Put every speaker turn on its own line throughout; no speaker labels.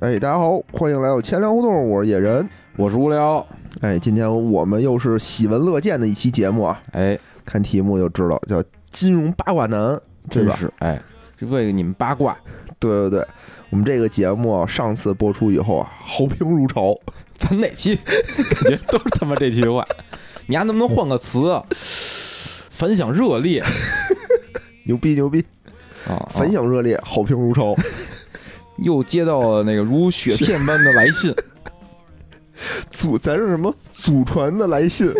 哎，大家好，欢迎来到钱粮胡同，我是野人。
我是无聊，
哎，今天我们又是喜闻乐见的一期节目啊，
哎，
看题目就知道叫“金融八卦男”，对
真
吧？
是哎，就为你们八卦，
对对对，我们这个节目啊上次播出以后啊，好评如潮。
咱哪期 感觉都是他妈这句话，你还能不能换个词？啊？反响热烈
牛逼牛逼，
啊！啊
啊反响热烈，好评如潮。
又接到了那个如 雪片般的来信，
祖咱是什么祖传的来信，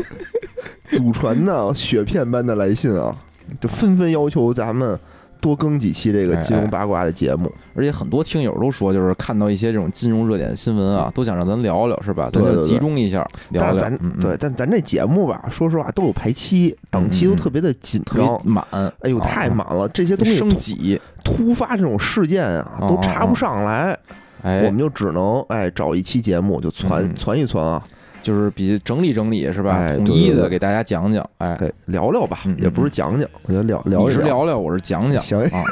祖传的啊雪片般的来信啊，就纷纷要求咱们多更几期
哎
这个金融八卦的节目。
而且很多听友都说，就是看到一些这种金融热点新闻啊，都想让咱聊聊，是吧？咱
对
就
对对
集中一下聊
但是
聊
咱、，
嗯，嗯
对，但咱这节目吧，说实话都有排期，档期都
嗯嗯
特别的紧
特
张。
别满，
哎呦，
啊
太满了！这些东西
升
突
级，
突发这种事件啊，
啊
都
啊
查不上来，我
哎
们，就只能哎找一期节目就传、
嗯
传一传啊，
就是比整理整理是吧？
哎
统
对
一
对
的
对
给大家讲讲，哎，
给聊聊吧，
嗯嗯
也不是讲讲，我觉得聊聊
你
一
是聊聊，我是讲讲，
行
啊，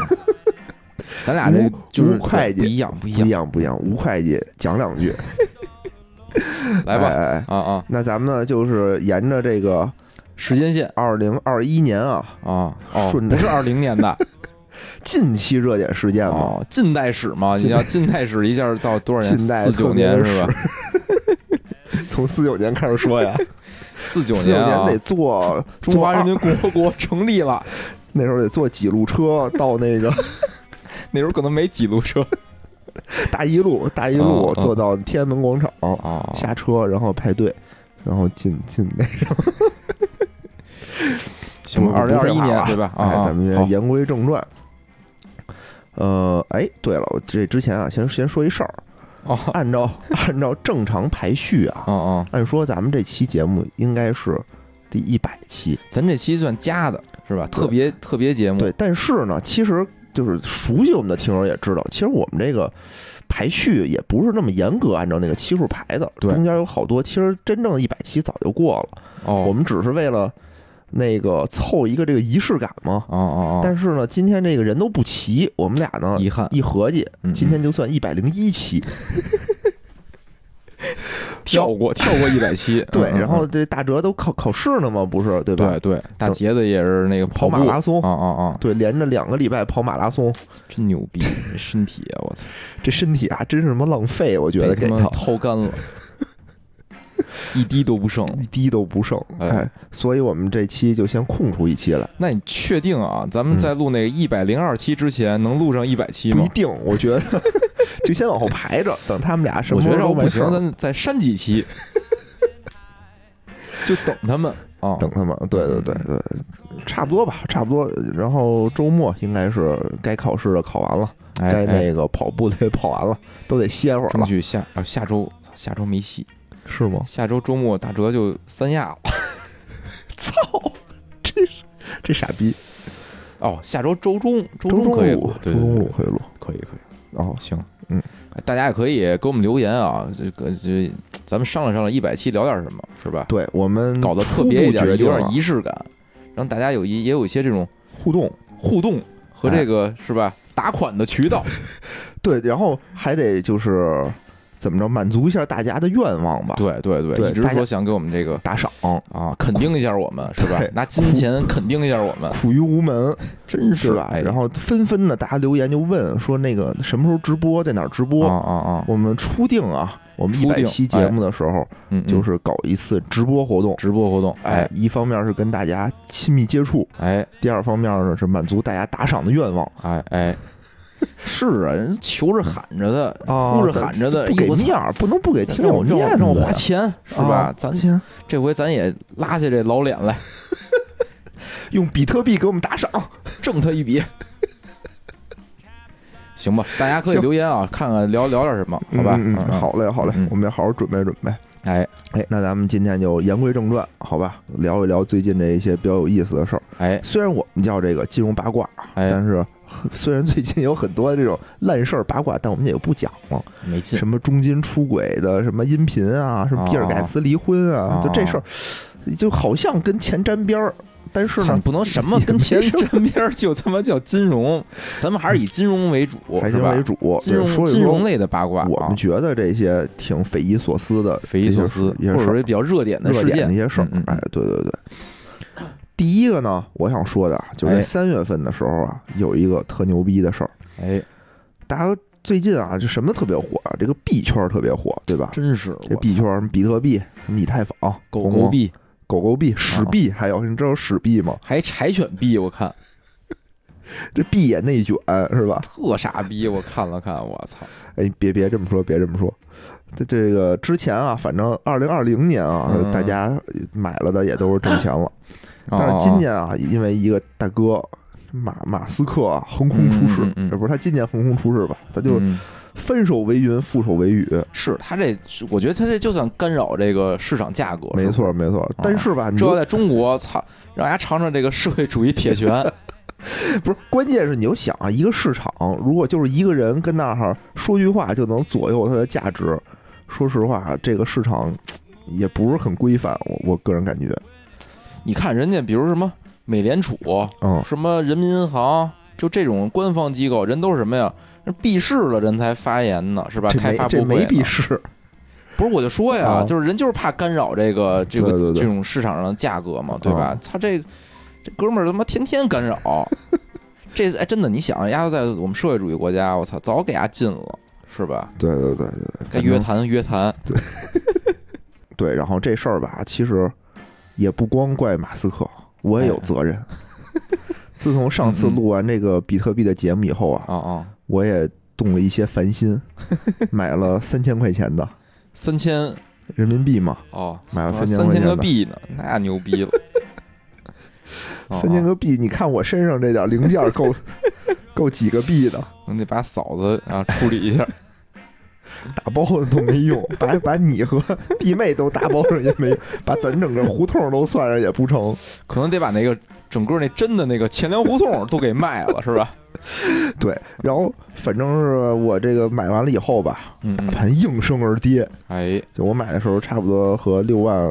咱俩这就是
无会计
不一样，不一
不一
样，
样不一样，吴会计讲两句，
来
哎
吧，
哎哎
啊啊，
那咱们呢，就是沿着这个
时间线
二零二一年啊，
啊，哦，
顺着
不是二零 年的，
近期热点事件嘛，
哦，近代史嘛，你要近代史一下到多少年？
近代
四九年是吧？
从四九年开始说呀，
四九
四九
啊
年，得坐
中华人
坐
民共和国成立了，
二那时候得坐几路车到那 个
那时候可能没几路 车
大一路，大一路
哦哦
坐到天安门广场
啊，
下车，然后排队，然后进进那
行吧，
不
二零
不
二
废
一
话了
年
啊
对吧？啊
哎，
啊，
咱们
好
言归正传。呃，哎，对了，我这之前啊，先先说一事儿，
哦，
按 照按照正常排序啊，
哦哦，
按说咱们这期节目应该是第一百期，
咱这期算加的是吧？特别特别节目，
对。但是呢，其实就是熟悉我们的听友也知道，其实我们这个排序也不是那么严格按照那个期数排的，
对
中间有好多其实真正一百期早就过了，
哦，
我们只是为了那个凑一个这个仪式感嘛。
哦哦哦，
但是呢，今天这个人都不齐，我们俩呢
遗憾，
一合计，
嗯
今
嗯
天就算一百零一期。
跳过跳过一百七，
对，
嗯嗯
然后这大哲都考考试呢嘛，不是对吧？
对对，大
等
杰子也是那个
跑
步
马拉松
啊啊啊，
对，连着两个礼拜跑马拉松，
真牛逼，这身体啊，我操，
这身体啊，真是他妈浪费，我觉得
被
给
他妈
他
掏干了，一滴都不剩。
一滴都不剩。
哎
哎，所以我们这期就先空出一期来，
那你确定啊？咱们在录那个一百零二期之前，能录上一百期
嗯不
吗
一？定，我觉得 就先往后排 着，等他们俩什
我
么
觉
时
得要
候
不
完事
行，
儿，
咱再删几期，就等他们啊。
等他们。对对对
嗯
对，差不多吧，差不多。然后周末应该是该考试的考完了，
哎
该
哎，
那个跑步的也跑完了，都得歇会儿
争
了，
取下啊下周下周没戏，
是吗？
下周周末打折就三亚了。
操，这是这傻逼，
哦，下周周中周
中
中可以
录
录，，
周
对对
中
对
录，可以录。
可以可以。
哦，
行，
嗯，
大家也可以给我们留言啊，这个这咱们商量商量，一百期聊点什么，是吧？
对我们
搞得特
初步
别一点，
决
有
定啊
点
了
仪式感，让大家有一也有一些这种
互动。
互动和这个
哎
是吧打款的渠道。
对，然后还得就是怎么着，满足一下大家的愿望吧，
对对
对
对，一直
大家
说想给我们这个
打赏，
啊肯定一下我们是 吧
对？
拿金钱肯定一下我们，
苦于无门，
真
是
是
吧？
哎
然后纷纷的大家留言就问说，那个什么时候直播，在哪儿直播？
啊啊啊，
我们初定啊，我们一
初
百
定哎
期节目的时候，
嗯，嗯
就是搞一次直播活动。
直播活动，
哎
哎，
一方面是跟大家亲密接触，
哎
第二方面呢是满足大家打赏的愿望
哎哎， 是啊，人求着喊着的，
啊，
哭着
咱
喊着的，
不
哎
给
呦我操
面儿，不能不给听
让
友
我
面
让我
儿，
让我花钱是吧
啊？
咱
先
这回咱也拉下这老脸来，
用比特币给我们打赏，
挣他一笔，行吧？大家可以
行
留言啊，看看聊聊点什么，好吧？
嗯
嗯
嗯，，好嘞，好嘞
嗯，
我们得好好准备准备。
哎
哎，那咱们今天就言归正传，好吧？聊一聊最近这一些比较有意思的事儿。
哎
虽然我们叫这个金融八卦，啊
哎，
但是呵虽然最近有很多这种烂事儿八卦，但我们也不讲了。
没劲
什么中金出轨的，什么音
哦
频啊，什么比尔盖茨离婚啊，
啊
就这事儿，就好像跟钱沾边儿，但是
操
呢
你，不能什么跟钱沾边儿就他妈叫金融，咱们还是以金融为主，
嗯还
是
行
吧
为？主，
金
对，
融
说一
金融
说
类的八卦，
我
啊
们觉得这些挺匪夷所思的，
匪夷所思，
也
或者说比较热点的
热
事
点
件
的一些事儿
嗯嗯。
哎，对对对。第一个呢，我想说的啊就是在
哎
三月份的时候啊，有一个特牛逼的事儿，
哎，
大家都最近啊，这什么特别火啊？这个币圈儿特别火，对吧？
真是
啊这
我
币
操
圈儿什么比特币、什么以太坊、
狗
公
狗
公、
币啊
狗狗币、屎币，还有你知道屎币吗？
还柴犬币，我看
这币也内卷是吧？
特傻逼，我看了看，我操，
哎，别别这么说，别这么说。这这个之前啊，反正二零二零年啊，
嗯
大家买了的也都是挣钱了。但
哦
是今年啊，因为一个大哥马马斯克啊，横空出世，
嗯嗯嗯
也不是他今年横空出世吧？他就
嗯
翻手为云，覆手为雨，
是他这，是我觉得他这就算干扰这个市场价格，是吧
没，错没
哦
错。但是吧，你
这要
就
在中国，操，让大家尝尝这个社会主义铁拳，
不是关键是你就想啊，一个市场如果就是一个人跟那儿说句话就能左右它的价值，说实话，啊这个市场嘖也不是很规范，我我个人感觉，
你看人家，比如什么美联储、
嗯，
什么人民银行，就这种官方机构，人都是什么呀？人闭市了，人才发言呢，是吧？
这
啊开
没
发布
这
会
没
呢
必是，
不是，我就说呀，
啊
就是人就是怕干扰这个这个
对对对
这种市场上的价格嘛，对吧
啊？
他这这哥们儿他妈天天干扰， 这哎真的，你想，丫在我们社会主义国家，我操，早给丫禁了，是吧？
对对对对，
该
反
约
正
谈约谈，
对，然后这事儿吧，其实也不光怪马斯克，我也有责 任。自从上次
哎嗯嗯
录完这个比特币的节目以后啊，
啊啊，
我也动了一些凡 心，买了三千块钱的
三千
人民币嘛，
哦，
买了3000
三千
块钱
个
的
币呢，那牛逼 了，哦
三千个币，你看我身上这点零件儿 够够几个币的，
哦你得把嫂子啊处理一下，
打包了都没用，把把你和弟妹都打包上也没用，把咱整个胡同都算上也不成。
可能得把那个整个那真的那个钱粮胡同都给卖了，是吧？
对，然后反正是我这个买完了以后吧，
嗯， 嗯
盘应声而跌，
哎
就我买的时候差不多和六万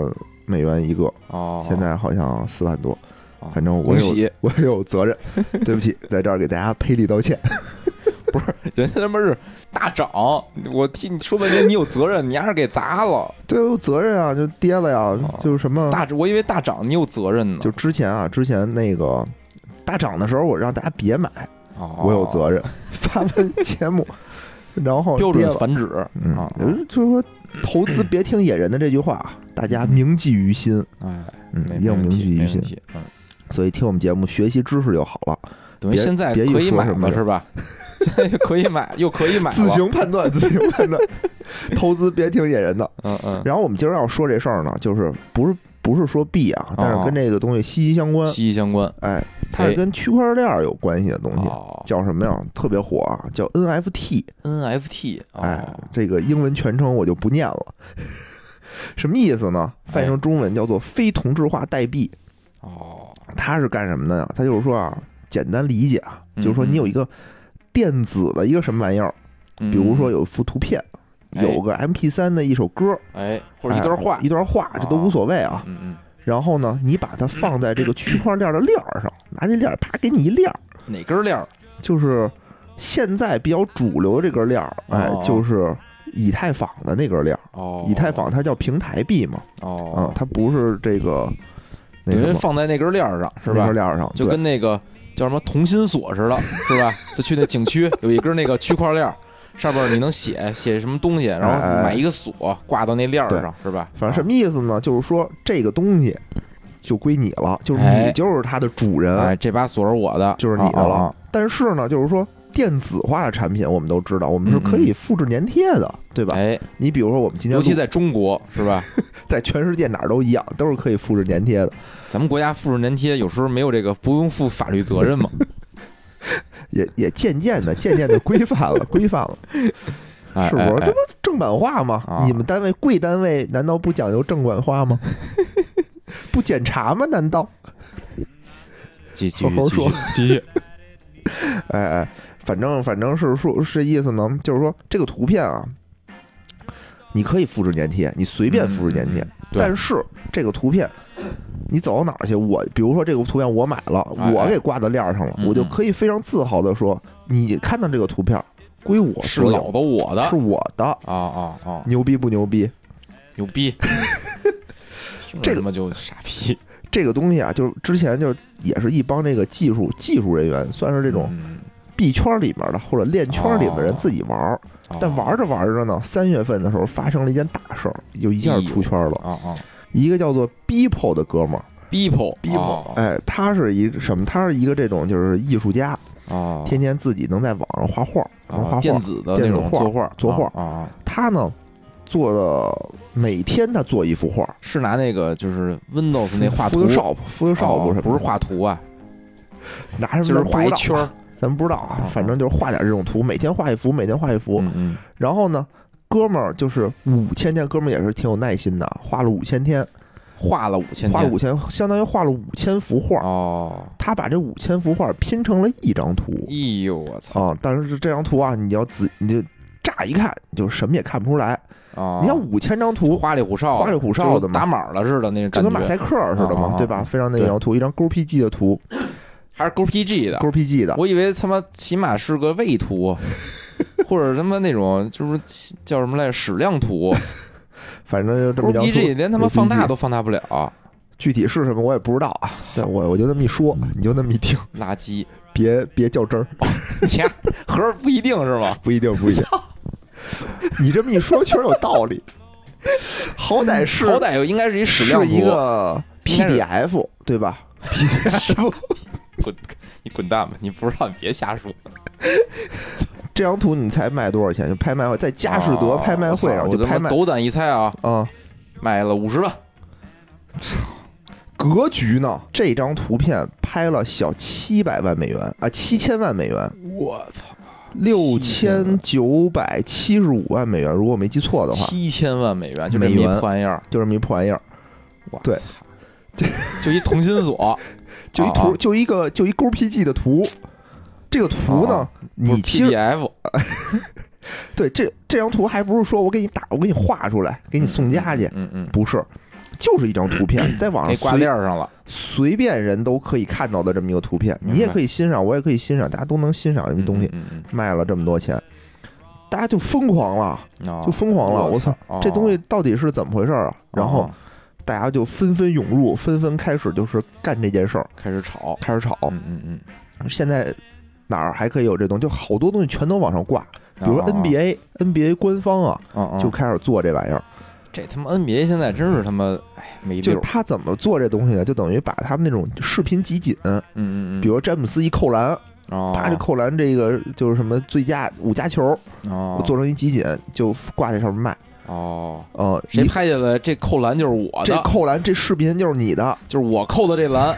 美元一个，
哦，
现在好像四万多
哦，
反正我
恭
有
喜。
我有责任，对不起，在这儿给大家赔礼道歉。
人家他妈是大涨，我替你说半天，你有责任，你还是给砸了。
对，我有责任啊，就跌了呀
哦，
就是什么，
大涨，我以为大涨你有责任呢。
嗯就之前啊，之前那个大涨的时候，我让大家别买，
哦
我有责任， 发完节目，然后
标
跌
准
了，
反指
嗯
啊，，嗯
就是就是说投资别听野人的这句话啊，大家铭记于心，
哎，
嗯，
嗯没
一定要
没问
铭
题
记
没
于
问
心，
题。嗯，
所以听我们节目学习知识就好了，
等于
别
现在
别一
可以
说
买
什么
了
就是
吧？ 现在又可以买，又可以买
自
了。
行判断，自行判 断，投资别听野人的。
嗯嗯，
然后我们今儿要说这事儿呢，就是不是不是说币啊，但是跟这个东西息息相关。
哦息息相关。
哎，它是跟区块链儿有关系的东西，
哦
叫什么呀？特别火啊，叫 NFT。
NFT，哦
哎，这个英文全称我就不念了， 什么意思呢？翻译
哎
成中文叫做非同质化代币。
哦，
它是干什么的呀？它就是说啊，简单理解啊，就是说
嗯嗯
你有一个电子的一个什么玩意儿，
比
比如说有一幅图片，
嗯哎
有个 MP 3的一首歌，
哎，或者一段话
哎，一段话，这都无所谓啊。
嗯嗯，
然后呢，你把它放在这个区块链的链儿上，拿这链儿啪给你一链儿，
哪根链儿？
就是现在比较主流的这根链儿，哎
哦，
就是以太坊的那根链儿。
哦，
以太坊它叫平台币嘛，啊
哦，，
它不是这个那
等于
什么
放在那根链儿上是
那
吧
根？链儿上，
就
对
跟那个叫什么同心锁似的，是吧？就去那景区有一根那个区块链儿，上边儿你能写写什么东西，然后
哎哎
买一个锁挂到那链儿
对
上，是吧？啊
反正什
么
么意思呢？就是说这个东西就归你了，就是你
哎
就是它的主人，
哎，这把锁是我的，
就是你的
啊
了。
啊啊
但是呢，就是说电子化的产品，我们都知道，我们是可以复制粘贴的，对吧？
嗯哎，
你比如说，我们今天
尤
录
其在中国，是吧？
在全世界哪儿都一样，都是可以复制粘贴的，
咱们国家复制粘贴有时候没有这个不用负法律责 任嘛？
也也渐渐的、渐渐的规范了， 规范了，
哎
是不
哎
是？
哎
这不正版化吗？
啊
你们单位贵单位难道不讲究正版化吗？ 不检查吗？难道？
继继
好好
续继续继续，
哎哎，反正反正是说是意思呢，就是说这个图片啊，你可以复制粘贴，你随便复制粘贴，
嗯嗯嗯对
但是这个图片你走到哪儿去，我比如说这个图片我买了，
哎
我给挂到链儿上了，
嗯
我就
嗯
可以非常自豪的说，你看到这个图片归我
是
所有
老子我的
是我的，
啊啊啊！
牛逼不牛逼？
牛逼！
这个
他妈就傻逼，
这个东西啊，就是之前就是也是一帮这个技术技术人员，算是这种
嗯，
币圈里面的或者链圈里面的人
哦
自己玩儿，
哦
但玩着玩着呢，三月份的时候发生了一件大事儿，就一下出圈了。
啊啊
一个叫做 Beeple 的哥们儿，
，people 啊
哎，他是一个什么？他是一个这种就是艺术家，
啊，
天天自己能在网上画画，能画
啊电
画。
子的
电
那
子
种
画
作画
作
啊啊，
他呢，做了每天他做一幅画，
是拿那个就是 Windows 那画图
Photoshop，Photoshop
哦
什么的，
不是画图啊，
拿什
就
么咱
是
不知道
画一圈儿
啊，，咱们不知道啊
啊，
反正就是画点这种图，每天画一幅，每天画一幅。
嗯嗯，
然后呢，哥们儿就是五千天，哥们儿也是挺有耐心的啊，画了五千天，
画了五千，
画了五千，相当于画了五千幅画。
哦，
他把这五千幅画拼成了一张图
哎呦我操
啊，但是这张图啊，你要仔你就乍一看，你就什么也看不出来。
啊！
你看五千张图，
花里胡哨的，
花里胡哨的
就
嘛
是打码了似的那
就
种感
跟马
觉，
赛克似的
啊啊
嘛，
啊
对吧？非常那
对
张图，一张勾 PG 的图，
还是勾 PG 的，
勾 PG 的，
啊我以为他妈起码是个 位图，或者他妈那种就是叫什么来着矢量图，
反正就这
不
么
是
一张图。
PG 连他妈
勾 PG
放大都放大不了，
具体是什么我也不知道啊，对我我就那么一说，
嗯
你就那么一听，
垃圾！
别别较真儿，
你看合着不一定是吗？
不一定不一定。你这么一说确实有道 理，好歹是
好歹又应该是一矢量
是
图，
一个
应该是
PDF 对吧？
滚你滚蛋吧！你不知道你别 瞎说。
这张图你猜卖多少钱？就拍卖会，在佳士得
啊
拍卖会上
我
就
操我
拍
他
卖
妈斗胆一猜啊，
啊，
卖了五十万，
格局呢？这张图片拍了小七百万美元啊，七千万美元，
我操，
六
7000
千九百七十五万美元，如果没记错的话，
七千万美元就这么
美
一
元
破玩意儿，
就这么一破玩意儿，
我
对
操，就一同心锁，
就一
啊
图，
啊
就一个就一勾 PG 的图。这个图呢，
啊不
你
是
其实
PDF
对这这张图还不是说我给你打，我给你画出来，给你送家去，
嗯嗯，
不是，就是一张图片，在网
那
上
嗯挂
随
链儿上了，
随便人都可以看到的这么一个图片，
明白
你也可以欣赏，我也可以欣赏，大家都能欣赏这
嗯
么东西，，
嗯嗯
卖了这么多钱，大家就疯狂了，
嗯，哦
就疯狂了，我
我
操，，
哦
这东西到底是怎么回事儿啊？然后
哦
大家就纷纷涌入，纷纷开始就是干这件事儿，
开始吵，
开始吵。
嗯嗯嗯，
现在哪儿还可以有这东西？就好多东西全都往上挂，比如说
哦
NBA、NBA 官方啊，
哦哦
就开始做这玩意儿。
这他妈 NBA 现在真是他妈哎没溜
就
儿，
他怎么做这东西呢？就等于把他们那种视频集锦，
嗯嗯嗯，哦
比如詹姆斯一扣篮，
啪
啪就扣篮，这个就是什么最佳五佳球，
哦
我做成一集锦就挂在上面卖。
哦，
呃，
谁
一
拍下来这扣篮就是我
这
的，
扣篮这视频就是你的，
就是我扣的这篮，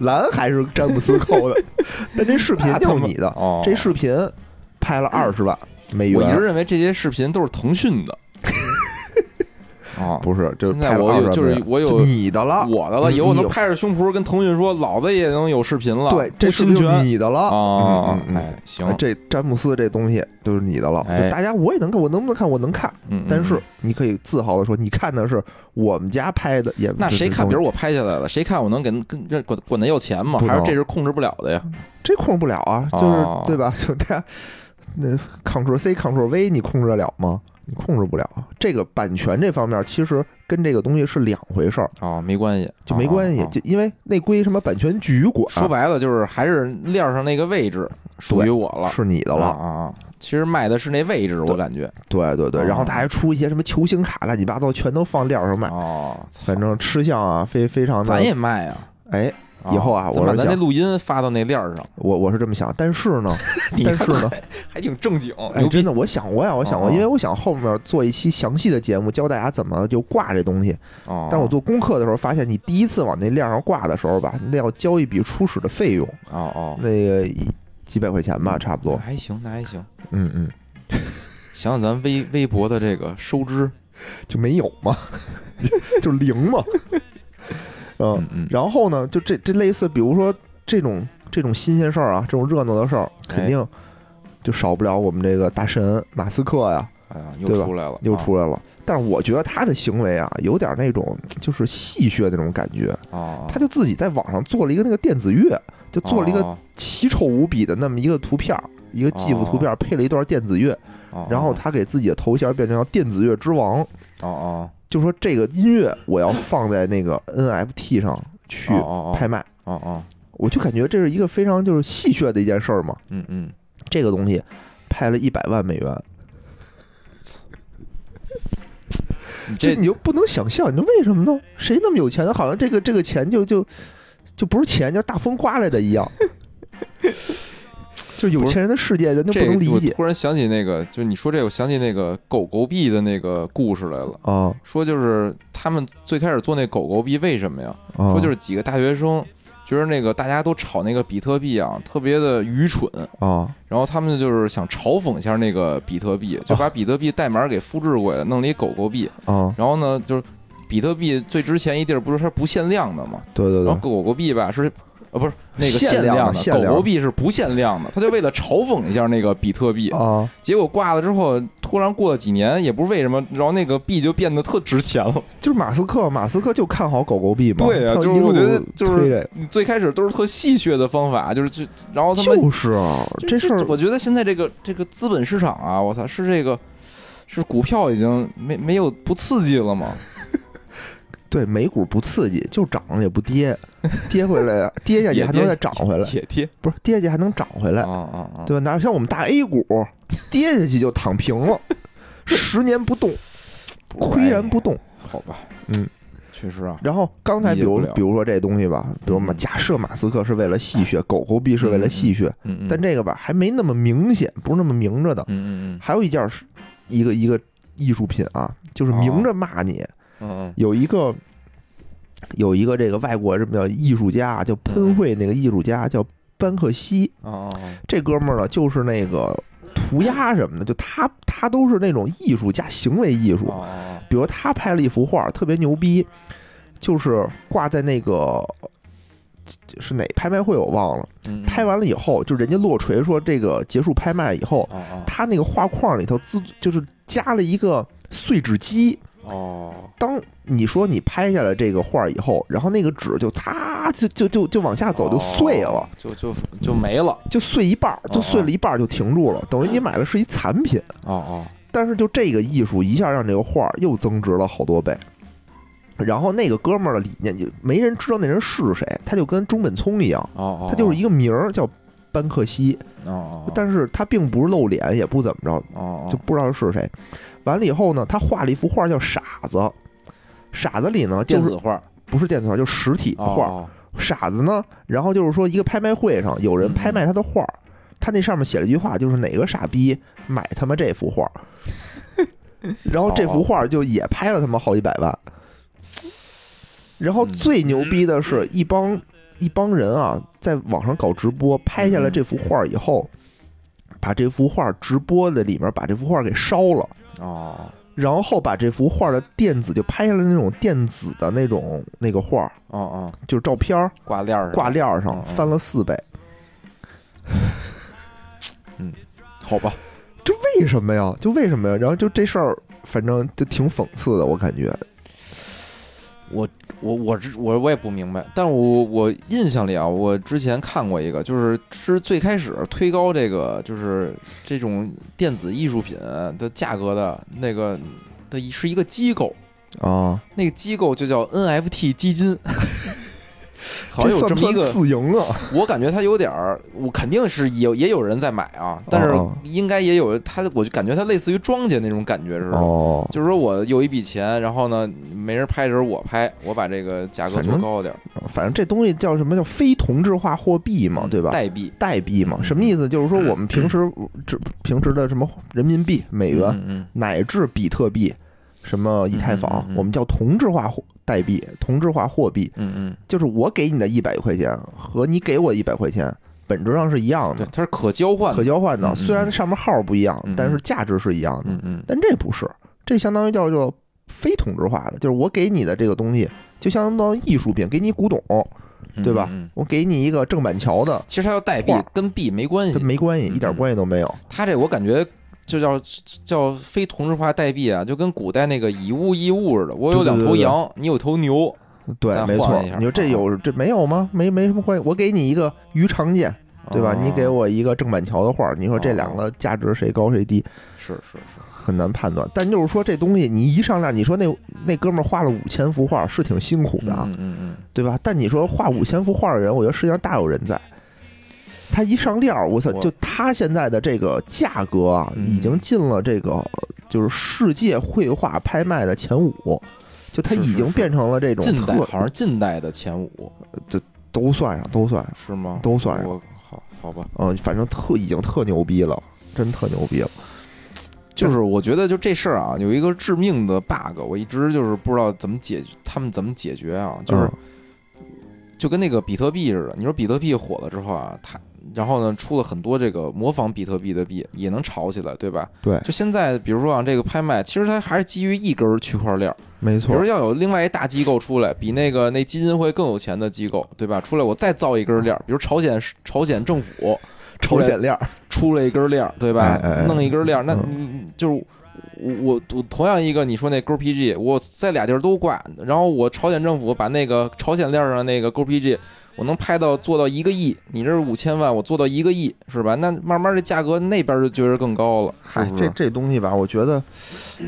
篮还是詹姆斯扣 的，但这视频就是你的。
哦，
这视频拍了二十万美
我一直
元，
认为这些视频都是腾 讯的，哦，
不是，就
现在
拍了
我
二
有
十万
就是
美元
我有
就你的了，
我的了，
你
以后我
你
能
有
拍着胸脯跟腾讯说，老子也能有视频了，
对，这
不
视
侵
频就是
权
你的了。
哦
嗯，嗯嗯
哎，行，
这詹姆斯这东西就是你的了，
哎
就大家我也能看，我能不能看？我能看，
嗯嗯
但是
嗯
你可以自豪的说，你看的是我们家拍的，也
那
这
谁
这
看？
东
比
西
如我拍下来了，谁看我能给跟这管管他要钱吗？
不
还是
能嗯
这是控制不了的呀？
这控制不了啊，就是、
哦
对吧？ 就大家那 Ctrl C Ctrl V 你控制得了吗？你控制不了啊。这个版权这方面其实跟这个东西是两回事儿，
哦，没关系，
就没关系，
哦哦哦
就因为那归什么版权局管，
说白了就是还是链儿上那个位置属于我了，
是你的
啊
了。
啊啊！其实卖的是那位置，我
对
感觉
对对对，
哦
然后他还出一些什么球星卡，乱七八糟全都放链上卖。
哦，操
反正吃相啊，非非常的，
咱也卖啊！
哎，
啊
以后啊
咱
我
把
是
咱
想
这录音发到那链儿上，
我我是这么想，但是呢，
你
但是呢，
还 挺正经，
哎，
牛逼
真的，我想过呀，我想过，
哦哦
因为我想后面做一期详细的节目，教大家怎么就挂这东西。
哦！
但我做功课的时候发现，你第一次往那链上挂的时候吧，那要交一笔初始的费用，
哦哦，嗯
那个一几百块钱吧，差不
那
多。
还行，那还行。
嗯嗯，
想想咱微微博的这个收支，
就没有嘛， 就零 嘛。嗯，
嗯嗯，
然后呢，就这这类似，比如说这种这种新鲜事儿啊，这种热闹的事儿，肯定就少不了我们这个大神马斯克呀，
哎呀，又
对吧
出来了，
又
啊
出来了。但是我觉得他的行为啊，有点那种就是戏谑那种感觉。
啊，
他就自己在网上做了一个那个电子乐，就做了一个
哦，
奇丑无比的那么一个图片儿，一个 GIF 图
啊
片儿，配了一段电子乐，
哦
然后
哦
他给自己的头衔变成叫电子乐之王，
哦哦，
就说这个音乐我要放在那个 NFT 上去
哦哦哦
拍卖。
哦哦，
我就感觉这是一个非常就是戏谑的一件事儿嘛。
嗯嗯，
这个东西拍了一百万美元，
你这
这你就不能想象，你说为什么呢？谁那么有钱呢？好像这个这个钱就就就不是钱，就是大风刮来的一 样。就是有钱人的世界，咱就不
这
能
个我
理解
突然想起那个，就你说这，我想起那个狗狗币的那个故事来了。
啊。
说就是他们最开始做那狗狗币为什么呀？
说
说就是几个大学生觉得那个大家都炒那个比特币啊，特别的愚蠢，
啊
然后他们就是想嘲讽一下那个比特币，就
哦
把比特币代码给复制过来，弄了一狗狗币。
啊，
然后呢，就是比特币最值钱一地儿不是它不限量的嘛，
对对对
然后，狗狗币吧是。呃，不是那个
限量的
量
限
狗
量的
狗币是不限量的，他就为了嘲讽一下那个比特币，
啊，
结果挂了之后，突然过了几年，也不是为什么，然后那个币就变得特值钱了。
就是马斯克，马斯克就看好狗狗币嘛。
对啊
他
就是
一路
我觉得就是
推这个
你最开始都是特戏谑的方法，就是就然后他们
就是啊，这事儿
我觉得现在这个这个资本市场啊，我操，是这个是股票已经没没有不刺激了吗？
对美股不刺激，就涨也不跌， 跌回来呀，跌下去
也
还能
跌
再涨回来，
铁贴
不是跌下去还能涨回来
啊，啊啊！
对吧？哪有像我们大 A 股跌下去就躺平了，十年不动，岿然不动。
好吧，
嗯，
确实啊，
然后刚才比如
哎理解不了
比如说这东西吧，比如嘛，
嗯
假设马斯克是为了戏谑，狗狗币是为了戏谑，
嗯嗯，
但这个吧还没那么明显，不是那么明着的。
嗯嗯嗯
还有一件是一个一个艺术品啊，就是明着骂你，
嗯
有一个。有一个这个外国什么叫艺术家啊，叫喷绘那个艺术家叫班克西，
嗯啊啊
这哥们儿呢，就是那个涂鸦什么的，就他他都是那种艺术加行为艺术
啊。啊！
比如他拍了一幅画，特别牛逼，就是挂在那个是哪拍卖会我忘了。
嗯
拍完了以后，就人家落锤说这个结束拍卖以后，
哦哦
他那个画框里头自就是加了一个碎纸机。
哦
当你说你拍下来这个画以后，然后那个纸就擦就就就就往下走，就碎了。，
就就就没了。
就碎一半儿，就碎了一半儿就停住了，等于你买的是一残品。
哦哦，
但是就这个艺术一下让这个画儿又增值了好多倍。然后那个哥们儿的理念就没人知道那人是谁，他就跟中本聪一样，
哦哦，
他就是一个名儿叫班克西，
哦哦，
但是他并不是露脸，也不怎么着，
哦
就不知道是谁。完了以后呢，他画了一幅画叫《傻子》，傻子里呢
电
就是
子哦画
不是电子画，就是实体的画儿。傻子呢，然后就是说一个拍卖会上有人拍卖他的画儿，他那上面写了一句话，就是哪个傻逼买他妈这幅画儿，然后这幅画儿就也拍了他妈好几百万。然后最牛逼的是一帮一帮人啊，在网上搞直播，拍下了这幅画儿以后，把这幅画儿直播的里面把这幅画儿给烧了。
哦
然后把这幅画儿的电子就拍下来那种电子的那种那个画儿，
哦哦，
就是照片儿，
挂链儿
挂链儿上
嗯嗯
翻了四倍，
好吧，
为什么呀？就为什么呀？然后就这事儿，反正就挺讽刺的，我感觉。
我我知我我也不明白，但我我印象里啊，我之前看过一个，就是是最开始推高这个就是这种电子艺术品的价格的那个的一是一个机构，
啊，
那个机构就叫 NFT 基金， 好
这
像有
算
这
不
么一
算
个，
自营啊？
我感觉它有点儿，我肯定是有也有人在买啊，但是
哦哦
应该也有它，我就感觉它类似于庄家那种感觉似的。
哦，
就是说我有一笔钱，然后呢，没人拍的时候我拍，我把这个价格
反
做
正
高点儿，
反正这东西叫什么叫非同质化货币嘛，对吧？
嗯代嗯币，
代币嘛，什么意思？就是说我们平时这平时的什么人民币、美元、
嗯嗯
乃至比特币、什么以太坊，
嗯嗯嗯嗯
我们叫同质化货代币、同质化货币，
嗯
就是我给你的一百块钱和你给我一百块钱，本质上是一样
嗯，
的
对，。它是可交换
可
的，
交换
嗯
的，
嗯
虽然上面号不一样
嗯嗯，
但是价值是一样的。
嗯嗯，
但这不是，这相当于叫做非同质化的，就是我给你的这个东西，就相当于艺术品，给你古董，
嗯
对吧
嗯嗯
我给你一个郑板桥的，
其实它要代币
画，
跟币没关系
跟，没关系，
嗯
一点关系都没有。
它这我感觉就叫叫非同质化代币啊，就跟古代那个以物易物似的。我有两
对
头
对对对
羊，你有头牛，
对，
咱
没错
换一下。哦
你说这有这没有吗？没没什么关系。我给你一个鱼肠剑，对吧？
啊
你给我一个郑板桥的画，你说这
哦
两个价值谁高谁低，
是是是，
很难判断。但就是说这东西你一上量，你说那那哥们儿画了五千幅画是挺辛苦的啊，
嗯嗯嗯，
对吧？但你说画五千幅画的人，我觉得世界上大有人在。他一上料，我操！
我
就他现在的这个价格啊，
嗯
已经进了这个就是世界绘画拍卖的前五，就他
是是
已经
是
变成了这种
近代
特
好像近代的前五
都算上，都算上，
是吗？
都算上。
我好好吧，
嗯，反正特已经特牛逼了，真特牛逼了。
就是我觉得就这事儿啊，有一个致命的 bug，我一直就是不知道怎么解决，他们怎么解决啊？就是
嗯
就跟那个比特币似的，你说比特币火了之后啊，它然后呢出了很多这个模仿比特币的币，也能炒起来，对吧？
对
就现在比如说啊，这个拍卖其实它还是基于一根区块链儿，
没
比
错
如，要有另外一大机构出来，比那个那基金会更有钱的机构，对吧？出来我再造一根链儿，比如朝鲜朝鲜政府
朝鲜链儿，
出了一根链儿，对吧？
哎哎嗯哎
弄一根链儿，那你就是我我我同样一个你说那勾 PG，我在俩地儿都挂，然后我朝鲜政府把那个朝鲜链儿上那个勾 PG，我能拍到做到一个亿，你这是五千万，我做到一个亿，是吧？那慢慢这价格那边就觉得更高了，是
嗨
不，是？
哎这这东西吧，我觉得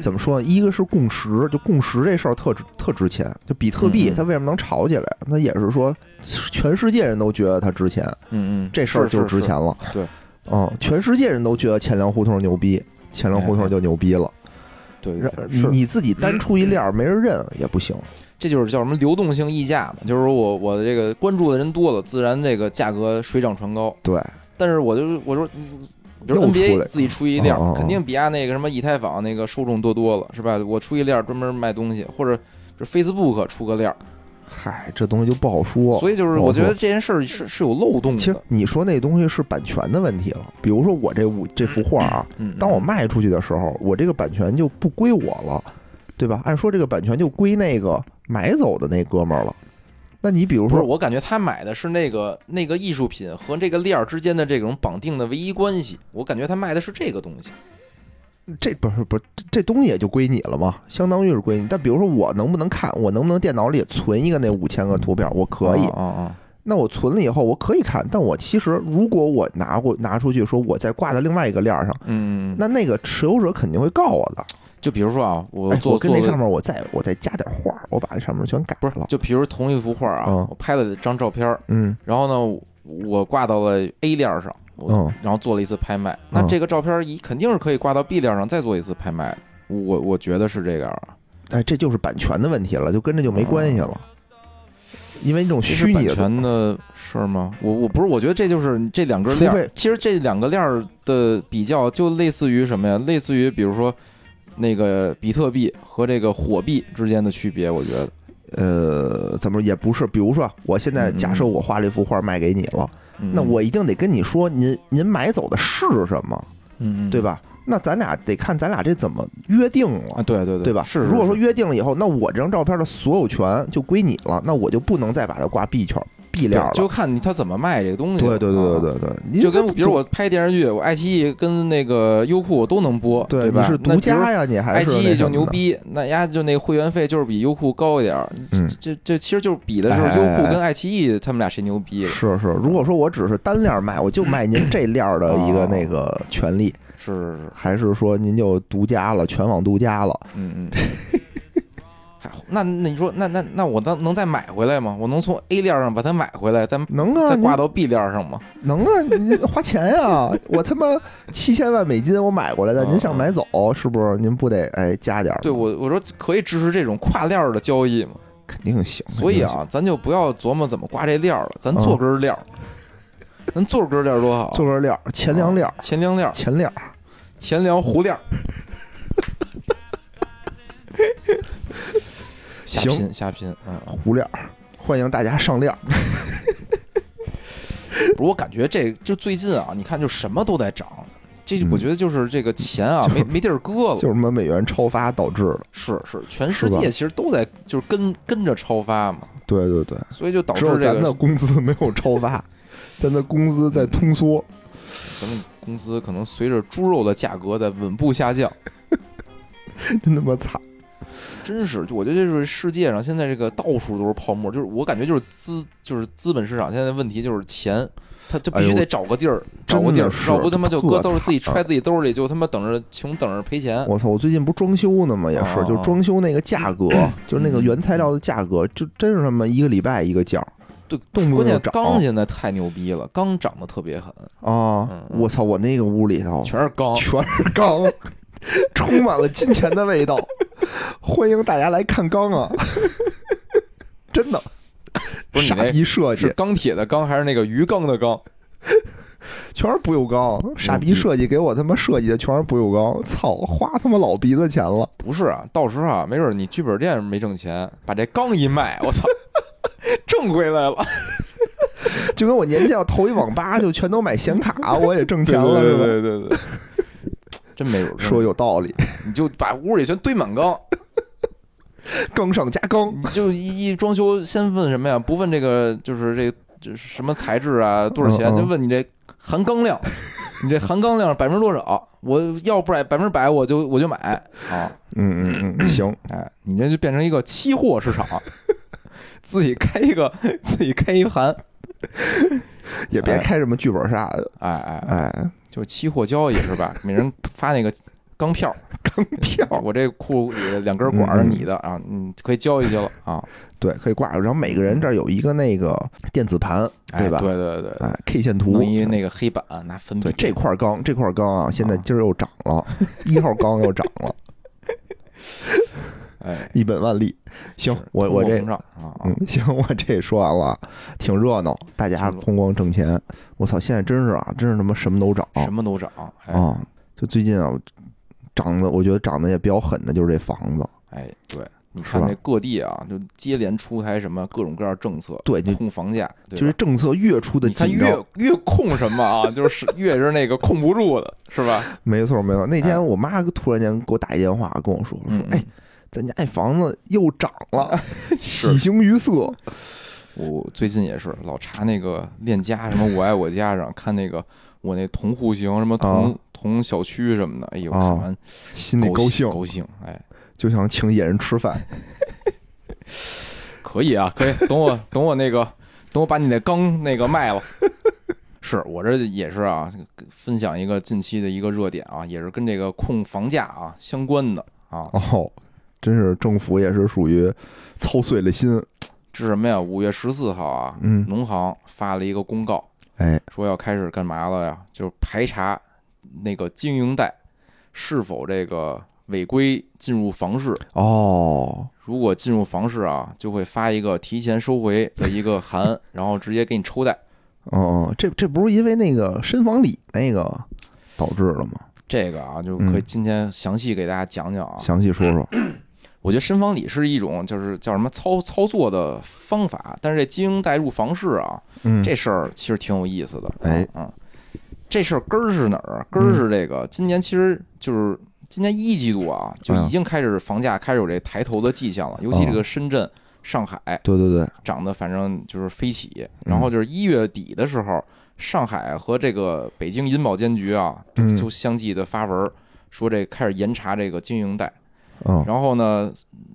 怎么说呢？一个是共识，就共识这事儿特值特值钱。就比特币
嗯嗯
它为什么能炒起来？那也是说全世界人都觉得它值钱，
嗯嗯，
这事儿
是
就是值
是
钱了。
对，
嗯，全世界人都觉得钱粮胡同牛逼，钱粮胡同就牛逼了。
哎对对
让
对
你
是
你自己单出一 链儿没人认也不行。
这就是叫什么流动性溢价嘛，就是我我的这个关注的人多了，自然这个价格水涨船高。
对，
但是我就我说，嗯比如
又出来
NBA
了
自己出一链
哦哦
儿，
哦
肯定比啊那个什么以太坊那个受众多多了，是吧？我出一链儿专门卖东西，或者就 Facebook 出个链儿，
嗨，这东西就不好说。
嗯所以就是
哦
我觉得这件事儿是是有漏洞
其实
的。
你说那东西是版权的问题了。比如说我这五这幅画啊，
嗯，嗯
当我卖出去的时候，我这个版权就不归我了，对吧？按说这个版权就归那个买走的那哥们儿了。那你比如
不是，
说，
我感觉他买的是那个那个艺术品和这个链儿之间的这种绑定的唯一关系，我感觉他卖的是这个东西。
这不是不是这东西也就归你了嘛，相当于是归你。但比如说我能不能看，我能不能电脑里存一个那五千个图片？我可以
啊。啊啊！
那我存了以后，我可以看。但我其实如果我拿过拿出去说我再挂在另外一个链儿上，
嗯，嗯嗯
那那个持有者肯定会告我的。
就比如说啊，我
哎，
做
我跟
做
那
个
上面我再我再加点画儿，我把这上面全改
不是
了，。
就比如同一幅画啊，
嗯
我拍了张照片儿，
嗯
然后呢，我挂到了 A 链儿上，我
嗯，
然后做了一次拍卖。那这个照片儿一肯定是可以挂到 B 链儿上再做一次拍卖的，我我觉得是这样啊。
哎，这就是版权的问题了，就跟这就没关系了，因为这种
这是
虚拟
版
的东西，
权的事儿吗？我我不是，我觉得这就是这两根
除
链儿
非，
其实这两个链儿的比较就类似于什么呀？类似于比如说。那个比特币和这个火币之间的区别，我觉得，
呃，怎么也不是。比如说，啊我现在
嗯嗯
假设我画了一幅画卖给你了，
嗯
那我一定得跟你说您您买走的是什么，
嗯，嗯
对？吧？那咱俩得看咱俩这怎么约定
啊，
了。
对对对，
对吧？
是，是
如果说
是
约定了以后，那我这张照片的所有权就归你了，那我就不能再把它挂 B 圈 B 链了。
对就看你他怎么卖这个东西
对
了。
对对
啊
对对对，你
就跟比如我拍电视剧，我爱奇艺跟那个优酷我都能播，
对
吧？
你是
那
独
比如
家呀，你还
爱
是
奇
那
艺
什
就
么
牛
的，
逼，那丫就那会员费就是比优酷高一点儿，
嗯，
这这其实就是比的是
哎
优
哎
酷
哎
跟爱奇艺他们俩谁牛逼了，
是是，如果说我只是单链儿卖，我就卖您这链儿的一个那个权利，
是是是，
还是说您就独家了，全网独家了？
嗯嗯。还那那你说那那那我能能再买回来吗？我能从 A 链上把它买回来，再
能啊，
再
你
挂到 B 链上吗？
能啊，您花钱呀、 我他妈七千万美金我买过来的，
嗯
您想买走是不是？您不得哎加点儿？
对，我我说可以支持这种跨链儿的交易吗？
肯定行。
所以
肯定行，
啊，咱就不要琢磨怎么挂这链儿了，咱做根儿链儿，咱做根儿链儿多好，
嗯做个链儿，前两链儿，
前两链儿。
前链儿，
钱粮 胡链儿。瞎
行
拼瞎拼，嗯，
胡链儿，欢迎大家上链儿。
不是我感觉这就最近啊，你看就什么都在涨，这就
嗯
我觉得就是这个 钱啊，没没地儿搁了
就，是什么美元超发导致的，
是是，全世
是吧
界其实都在就是跟跟着超发嘛，
对对对，
所以就导
只
致
有
这
咱的
个
工资没有超发，咱的工资在通缩，
咱们公司可能随着猪肉的价格在稳步下降，
真他妈惨！
真是，就我觉得这是世界上现在这个到处都是泡沫，就是我感觉就是资就是资本市场现在的问题就是钱，他就必须得找个地儿，找个地儿
哎真的，是
要不他妈就
特
搁兜儿自己
惨啊
揣自己兜里，就他妈等着穷等着赔钱。
我操！我最近不装修呢嘛，也是
哦，嗯
就是装修那个价格， 就是那个原材料的价格，就真是他妈一个礼拜一个价儿
对，
动不动
关键
就涨
钢现在太牛逼了，钢涨得特别狠，
啊
嗯！嗯
我操！我那个屋里头
全是钢。
全是钢， 充满了金钱的味道。欢迎大家来看钢啊！ 真的，
不是你
傻
那
逼设
是
计，
钢铁的钢还是那个鱼缸的缸？
全是不锈钢。
嗯
傻逼设计给我他妈设计的全是不锈钢，操，花他妈老鼻子钱了。
不是啊，到时候啊，没准你剧本店没挣钱，把这缸一卖，我操，挣回来了，
就跟我年假投一网吧，就全都买显卡，我也挣钱了，是
对
吧？
对对对对，真没准儿
说有道理，
你就把屋里全堆满缸，
钢上加钢。
你就一一装修先问什么呀？不问这个就是这就是什么材质啊，多少钱，
嗯嗯
就问你这含钢量，你这含钢量百分之多少？我要不然百分之百我就我就买啊！
嗯嗯 嗯，行，
哎，你这就变成一个期货市场， 自己开一个自己开一盘，
也别开什么剧本杀的，
哎哎，
哎，
就是期货交易是吧？每人发那个钢票，
钢票，
我这库里两根管
嗯
儿是你的啊，你可以交易去了啊，
对，可以挂上。然后每个人这儿有一个那个电子盘，
哎，
吧？
对对对，
哎，K 线图
弄，一那个黑板拿粉笔
对，这块钢，这块钢啊，现在今儿又涨
啊
了，一号钢又涨 了，
哎，
一本万利。行
是，
我
通
我
货
这
膨。胀啊啊，
嗯， 行，我这也说完了啊，挺热闹，大家
挺热
风光挣钱。我操，现在真是啊，真是他妈什么都涨
什么都涨，哎
啊！就最近啊，涨的，我觉得涨的也比较狠的就是这房子。
哎，对，你
是
看
吧
这各地啊，就接连出台什么各种各样政策，
对就
控房价，对吧
就是政策越出的
你看
紧
越
张，
越控什么啊，就是 越是那个控不住的，是吧？
没错没错。那
哎
天我妈突然间给我打一电话，跟我说说
嗯，，哎
哎，咱家那房子又涨 了，喜
是
形于色。
我最近也是老查那个链家什么我爱我家上看那个我那同户型什么同同小区什么的，哎呦，
啊
看完
心里
高
高兴，
高兴，哎，
就想请野人吃饭。
可以啊，可以，等我等我那个，等我把你那缸那个卖了。 是我这也是啊，分享一个近期的一个热点啊，也是跟这个控房价啊相关的啊。
哦，真是政府也是属于操碎了心。
这是什么呀？五月十四号啊，
嗯
农行发了一个公告，
哎，
说要开始干嘛了呀？就是排查那个经营贷是否这个违规进入房市。
哦，
如果进入房市啊，就会发一个提前收回的一个函，然后直接给你抽贷。
哦，这这不是因为那个深房里那个导致的吗？
这个啊，就可以
嗯
今天详细给大家讲讲啊。
详细说说。
我觉得深房里是一种就是叫什么操操作的方法，但是这经营带入房市啊，
嗯，
这事儿其实挺有意思的。
哎嗯
啊，嗯，这事儿根儿是哪儿啊？根儿是这个，今年其实就是今年一季度啊，就已经开始房价开始有这抬头的迹象了，尤其这个深圳、上海
对对对，
涨得反正就是飞起。然后就是一月底的时候，上海和这个北京银保监局啊，就
嗯
就相继的发文儿说这开始严查这个经营贷。
嗯
然后呢，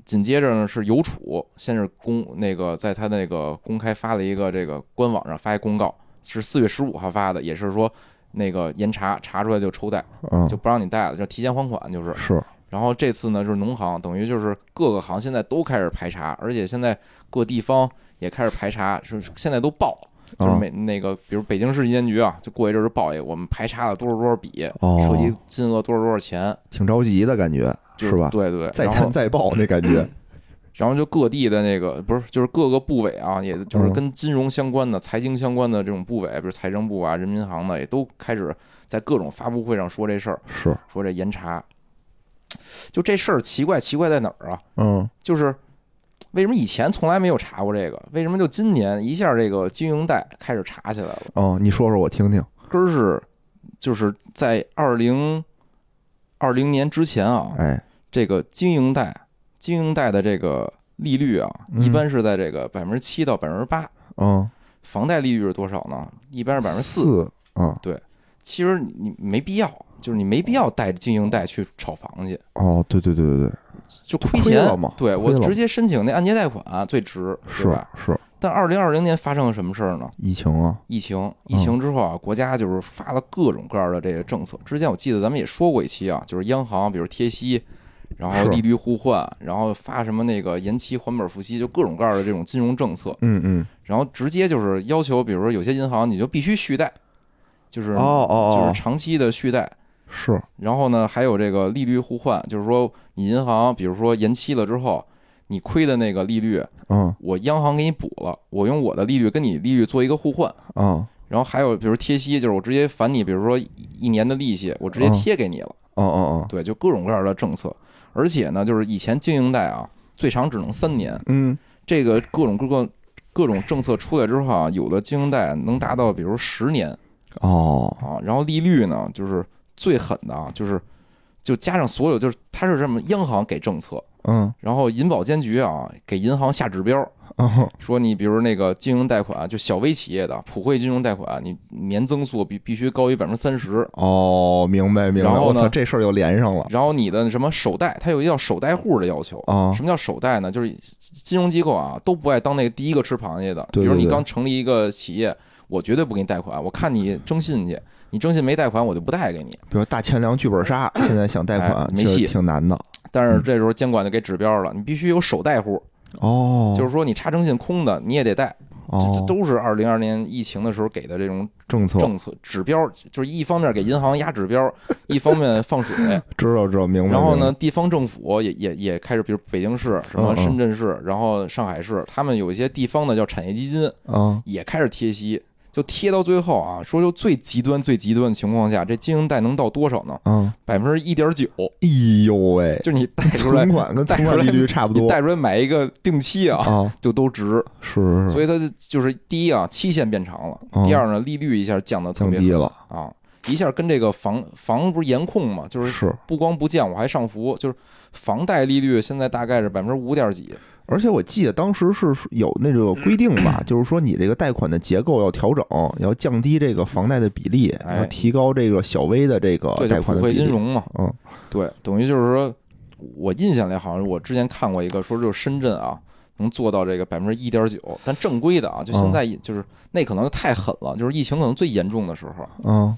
紧接着呢是邮储，先是公那个在他那个公开发了一个这个官网上发一公告，是四月十五号发的，也是说那个严查查出来就抽贷，
嗯，
就不让你贷了，就提前还款就是。
是
然后这次呢就是农行，等于就是各个行现在都开始排查，而且现在各地方也开始排查，是现在都报。就是
啊
每那个，比如北京市银监局啊，就过一阵儿就报一个，我们排查了多少多少笔，
哦
涉及金额多少多少钱，
挺着急的感觉，
就是
吧？
对对，对
再
然后嗯
探再报那感觉。
然后就各地的那个不是，就是各个部委啊，也
嗯
就是跟金融相关的、财经相关的这种部委，比如财政部啊、人民银行的，也都开始在各种发布会上说这事儿，
是，
说这严查。就这事儿奇怪，奇怪在哪儿啊？
嗯
就是为什么以前从来没有查过这个？为什么就今年一下这个经营贷开始查起来了？
哦，你说说我听听。
根儿是就是在二零二零年之前啊，
哎，
这个经营贷，经营贷的这个利率啊，
嗯
一般是在这个百分之七到百分之八。
嗯，
房贷利率是多少呢？一般是百分之四。
四，嗯，
其实你你没必要，就是你没必要带着经营贷去炒房去，
哦，对对对对对，
就亏
亏
钱
了嘛
对我
亏了
直接申请那按揭贷款啊最值，对
是
吧？
是，
但二零二零年发生了什么事儿呢？
疫情啊，
疫情，疫情之后啊，国家就是发了各种各样的这个政策。之前我记得咱们也说过一期啊，就是央行，比如贴息，然后
是
利率互换，然后发什么那个延期还本付息，就各种各样的这种金融政策。
嗯嗯，
然后直接就是要求，比如说有些银行你就必须续贷，就是
哦哦
就
哦
是，长期的续贷。
是，
然后呢，还有这个利率互换，就是说你银行比如说延期了之后，你亏的那个利率，
嗯
我央行给你补了，我用我的利率跟你利率做一个互换。
嗯
然后还有比如贴息，就是我直接返你，比如说一年的利息，我直接贴给你了。
哦哦哦，
对，就各种各样的政策。而且呢，就是以前经营贷啊，最长只能三年。
嗯，
这个各种各个各种政策出来之后啊，有的经营贷能达到比如十年
哦，
啊，然后利率呢就是最狠的啊，就是就加上所有就是它是这么央行给政策，
嗯
然后银保监局啊给银行下指标，
哦
说你比如那个经营贷款，啊就小微企业的普惠金融贷款，啊你年增速必必须高于百分之三十。
哦，明白明白，
然后
我
呢
操，这事儿又连上了
然后你的什么首贷，它有一个叫首贷户的要求。
啊，
什么叫首贷呢？就是金融机构啊，都不爱当那个第一个吃螃蟹的。比
对
如
对
你
对
刚成立一个企业，我绝对不给你贷款，我看
嗯
你征信去，你征信没贷款，我就不贷给你。
比如大钱粮剧本杀，现在想贷
哎
款
没
其实
戏
挺难的。
但是这时候监管就给指标了，你必须有首贷户，
哦，
就是说你查征信空的你也得贷。这
哦，
这都是二零二年疫情的时候给的这种
政策，
政策指标，就是一方面给银行压指标，一方面放水。
知道知道明白。
然后
明
呢，
白？
地方政府也也也开始，比如北京市、什么
嗯嗯
深圳市，然后上海市，他们有一些地方的叫产业基金，
啊，
也开始贴息，就贴到最后啊，说就最极端、最极端的情况下，这经营贷能到多少呢？
嗯，
百分之一点九，
哎呦喂，
就是你贷出 来
存，款跟
贷
存
出
款
来
利率差不
你
多
贷出来买一个定期啊，
啊，
就都值。
是是
所
是，
以它就就是第一啊，期限变长了；
嗯
第二呢，利率一下降的特
降
别
低
狠
了，
啊，一下跟这个房房不是严控嘛，就是
是。
不光不降，我还上浮，就是房贷利率现在大概是百分之五点几，
而且我记得当时是有那个规定吧，
嗯
就是说你这个贷款的结构要调整，要降低这个房贷的比例，
哎
要提高这个小微的这个
对，就
哦贷
普
款的
惠
比
金
例。
融嘛，
嗯，
对，等于就是说，我印象里好像我之前看过一个，说就是深圳啊能做到这个百分之一点九，但正规的啊，就现在
嗯
也就是那可能太狠了，就是疫情可能最严重的时候，
嗯，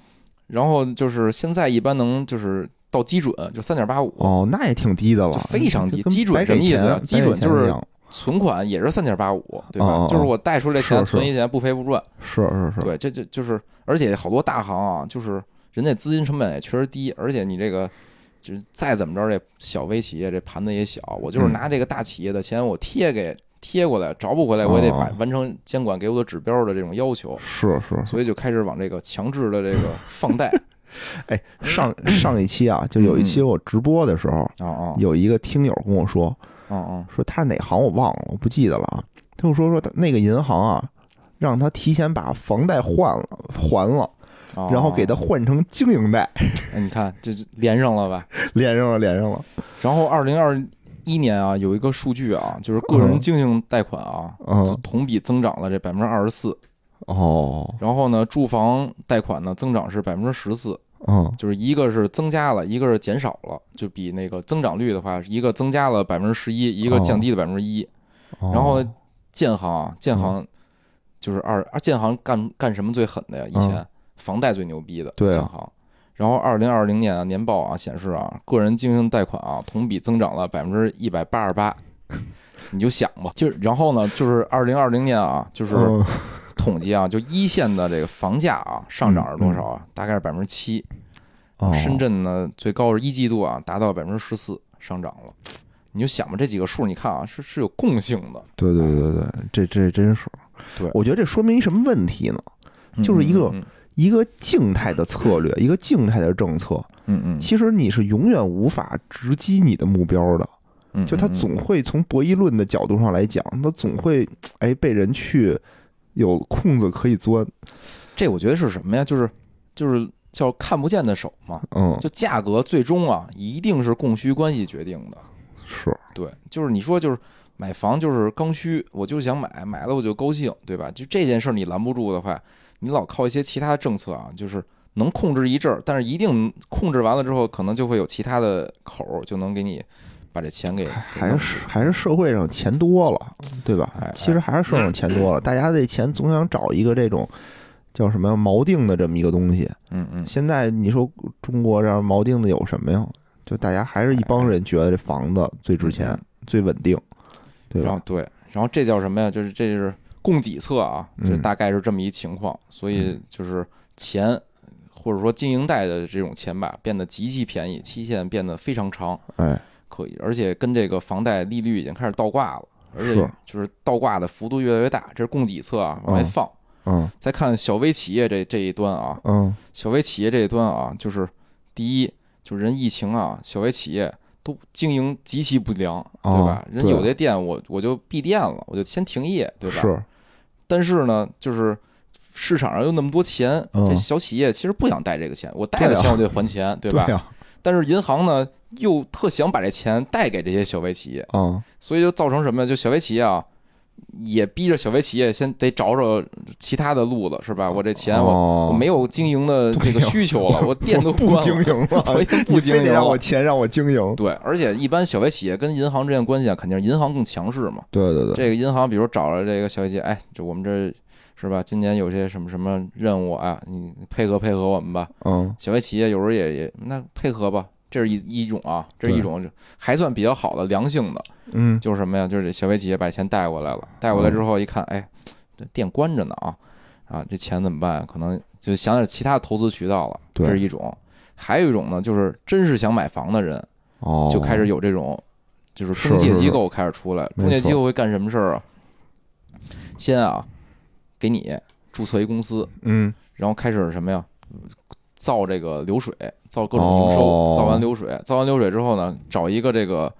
然后就是现在一般能就是到基准就三点八五，
哦，那也挺低的了
就，非常低
就跟
基准
白给
什么意思啊
钱
基准
白给钱
就是
一样
存款也是三点八五，对
哦哦
吧？
哦
就是我贷出来
是
钱
是
存一钱不赔不赚，
是是是，
对，这这就是，而且好多大行啊，就是人家资金成本也确实低，而且你这个就是再怎么着，这小微企业这盘子也小，我就是
嗯
拿这个大企业的钱，我贴给贴过来，找不回来，我也得把
哦
完成监管给我的指标的这种要求，
是是
所以就开始往这个强制的这个放 贷
哎，上上一期啊，就有一
嗯
期我直播的时候，
啊啊
有一个听友跟我说，
啊啊
说他是哪行我忘了，我不记得了啊。他就说说他那个银行啊，让他提前把房贷换了还了，
啊，
然后给他换成经营贷，
哎，你看这就连上了吧？
连上了，连上了。
然后二零二一年啊，有一个数据啊，就是个人
嗯
经营贷款啊，就
嗯，
同比增长了这百分之二十四。
哦，
然后呢，住房贷款呢增长是百分之十四，
嗯，
就是一个是增加了，一个是减少了，就比那个增长率的话，一个增加了百分之十一，一个降低了百分之一。
哦嗯
然后呢，建行啊，建行就是二二建行干干什么最狠的呀？以前房贷最牛逼的，
嗯对啊
建行。然后二零二零年啊年报啊显示啊，个人经营贷款啊同比增长了百分之一百八十八。 你就想吧，就是然后呢，就是二零二零年啊，就是
嗯
统计啊，就一线的这个房价啊上涨是多少啊？大概是百分之七。
嗯哦
深圳呢，最高是一季度啊达到百分之十四上涨了。你就想吧，这几个数你看啊是是有共性的，
对对对对对，这这真是。
对
我觉得这说明一什么问题呢？
嗯
就是一个
嗯
一个静态的策略，一个静态的政策，
嗯嗯
其实你是永远无法直击你的目标的。
嗯，
就它
嗯嗯
总会从博弈论的角度上来讲，它总会哎被人去有空子可以钻。
这我觉得是什么呀？就是就是叫看不见的手嘛。
嗯，
就价格最终啊，一定是供需关系决定的。
是，
对，就是你说就是买房就是刚需，我就想买，买了我就高兴，对吧？就这件事儿你拦不住的话，你老靠一些其他政策啊，就是能控制一阵儿，但是一定控制完了之后，可能就会有其他的口儿就能给你把这钱给给
还
弄
是还是社会上钱多了，对吧
哎哎？
其实还是社会上钱多 了，大家这钱总想找一个这种叫什么锚定的这么一个东西。
嗯嗯，
现在你说中国这样锚定的有什么呀？就大家还是一帮人觉得这房子最值钱、最稳定，对
然
嗯吧
后？对，然后这叫什么呀？就是这是供给侧啊，
嗯
这大概是这么一情况，所以就是钱。或者说经营贷的这种钱吧，变得极其便宜，期限变得非常长，
哎，
可以，而且跟这个房贷利率已经开始倒挂了，而
是
且就是倒挂的幅度越来越大，这是供给侧啊往外
嗯
放。
嗯
再看小微企业这这一端啊，
嗯，
小微企业这一端啊，就是第一，就是人疫情啊，小微企业都经营极其不良，对吧？
哦
人
对
有的店我我就闭店了，我就先停业，对吧？
是，
但是呢，就是市场上有那么多钱，
嗯
这小企业其实不想贷这个钱，我贷
对
了
啊
钱我就得还钱，对
对啊
吧？
呀，
但是银行呢又特想把这钱贷给这些小微企业，
嗯，
所以就造成什么呀？就小微企业啊。也逼着小微企业先得找找其他的路子，是吧？我这钱我
我
我没有经营的这个需求 了，我店都
哦不
关
经
了，
营
我
了，
也
你
不经
非得
营
让我
了。
钱让我经营，
对，而且一般小微企业跟银行之间的关系啊，肯定是银行更强势嘛。
对对对，
这个银行，比如找了这个小微企业，哎，这我们这是吧？今年有些什么什么任务啊，你配合配合我们吧。
嗯
小微企业有时候也也那配合吧，这是一一种啊，这是一
对
种还算比较好的良性的，
嗯，
就是什么呀？就是这小微企业把钱带过来了，带过来之后一看，哎，这店关着呢啊，啊，这钱怎么办？可能就想点其他的投资渠道了，
对
这是一种。还有一种呢，就是真是想买房的人，
哦，
就开始有这种，就是
是
中介
是
机构开始出来。
没
中介机
错
构会干什么事儿啊？先啊，给你注册一公司，
嗯，
然后开始什么呀？造这个流水，造各种营收，
哦
造完流水，造完流水之后呢，找一个这个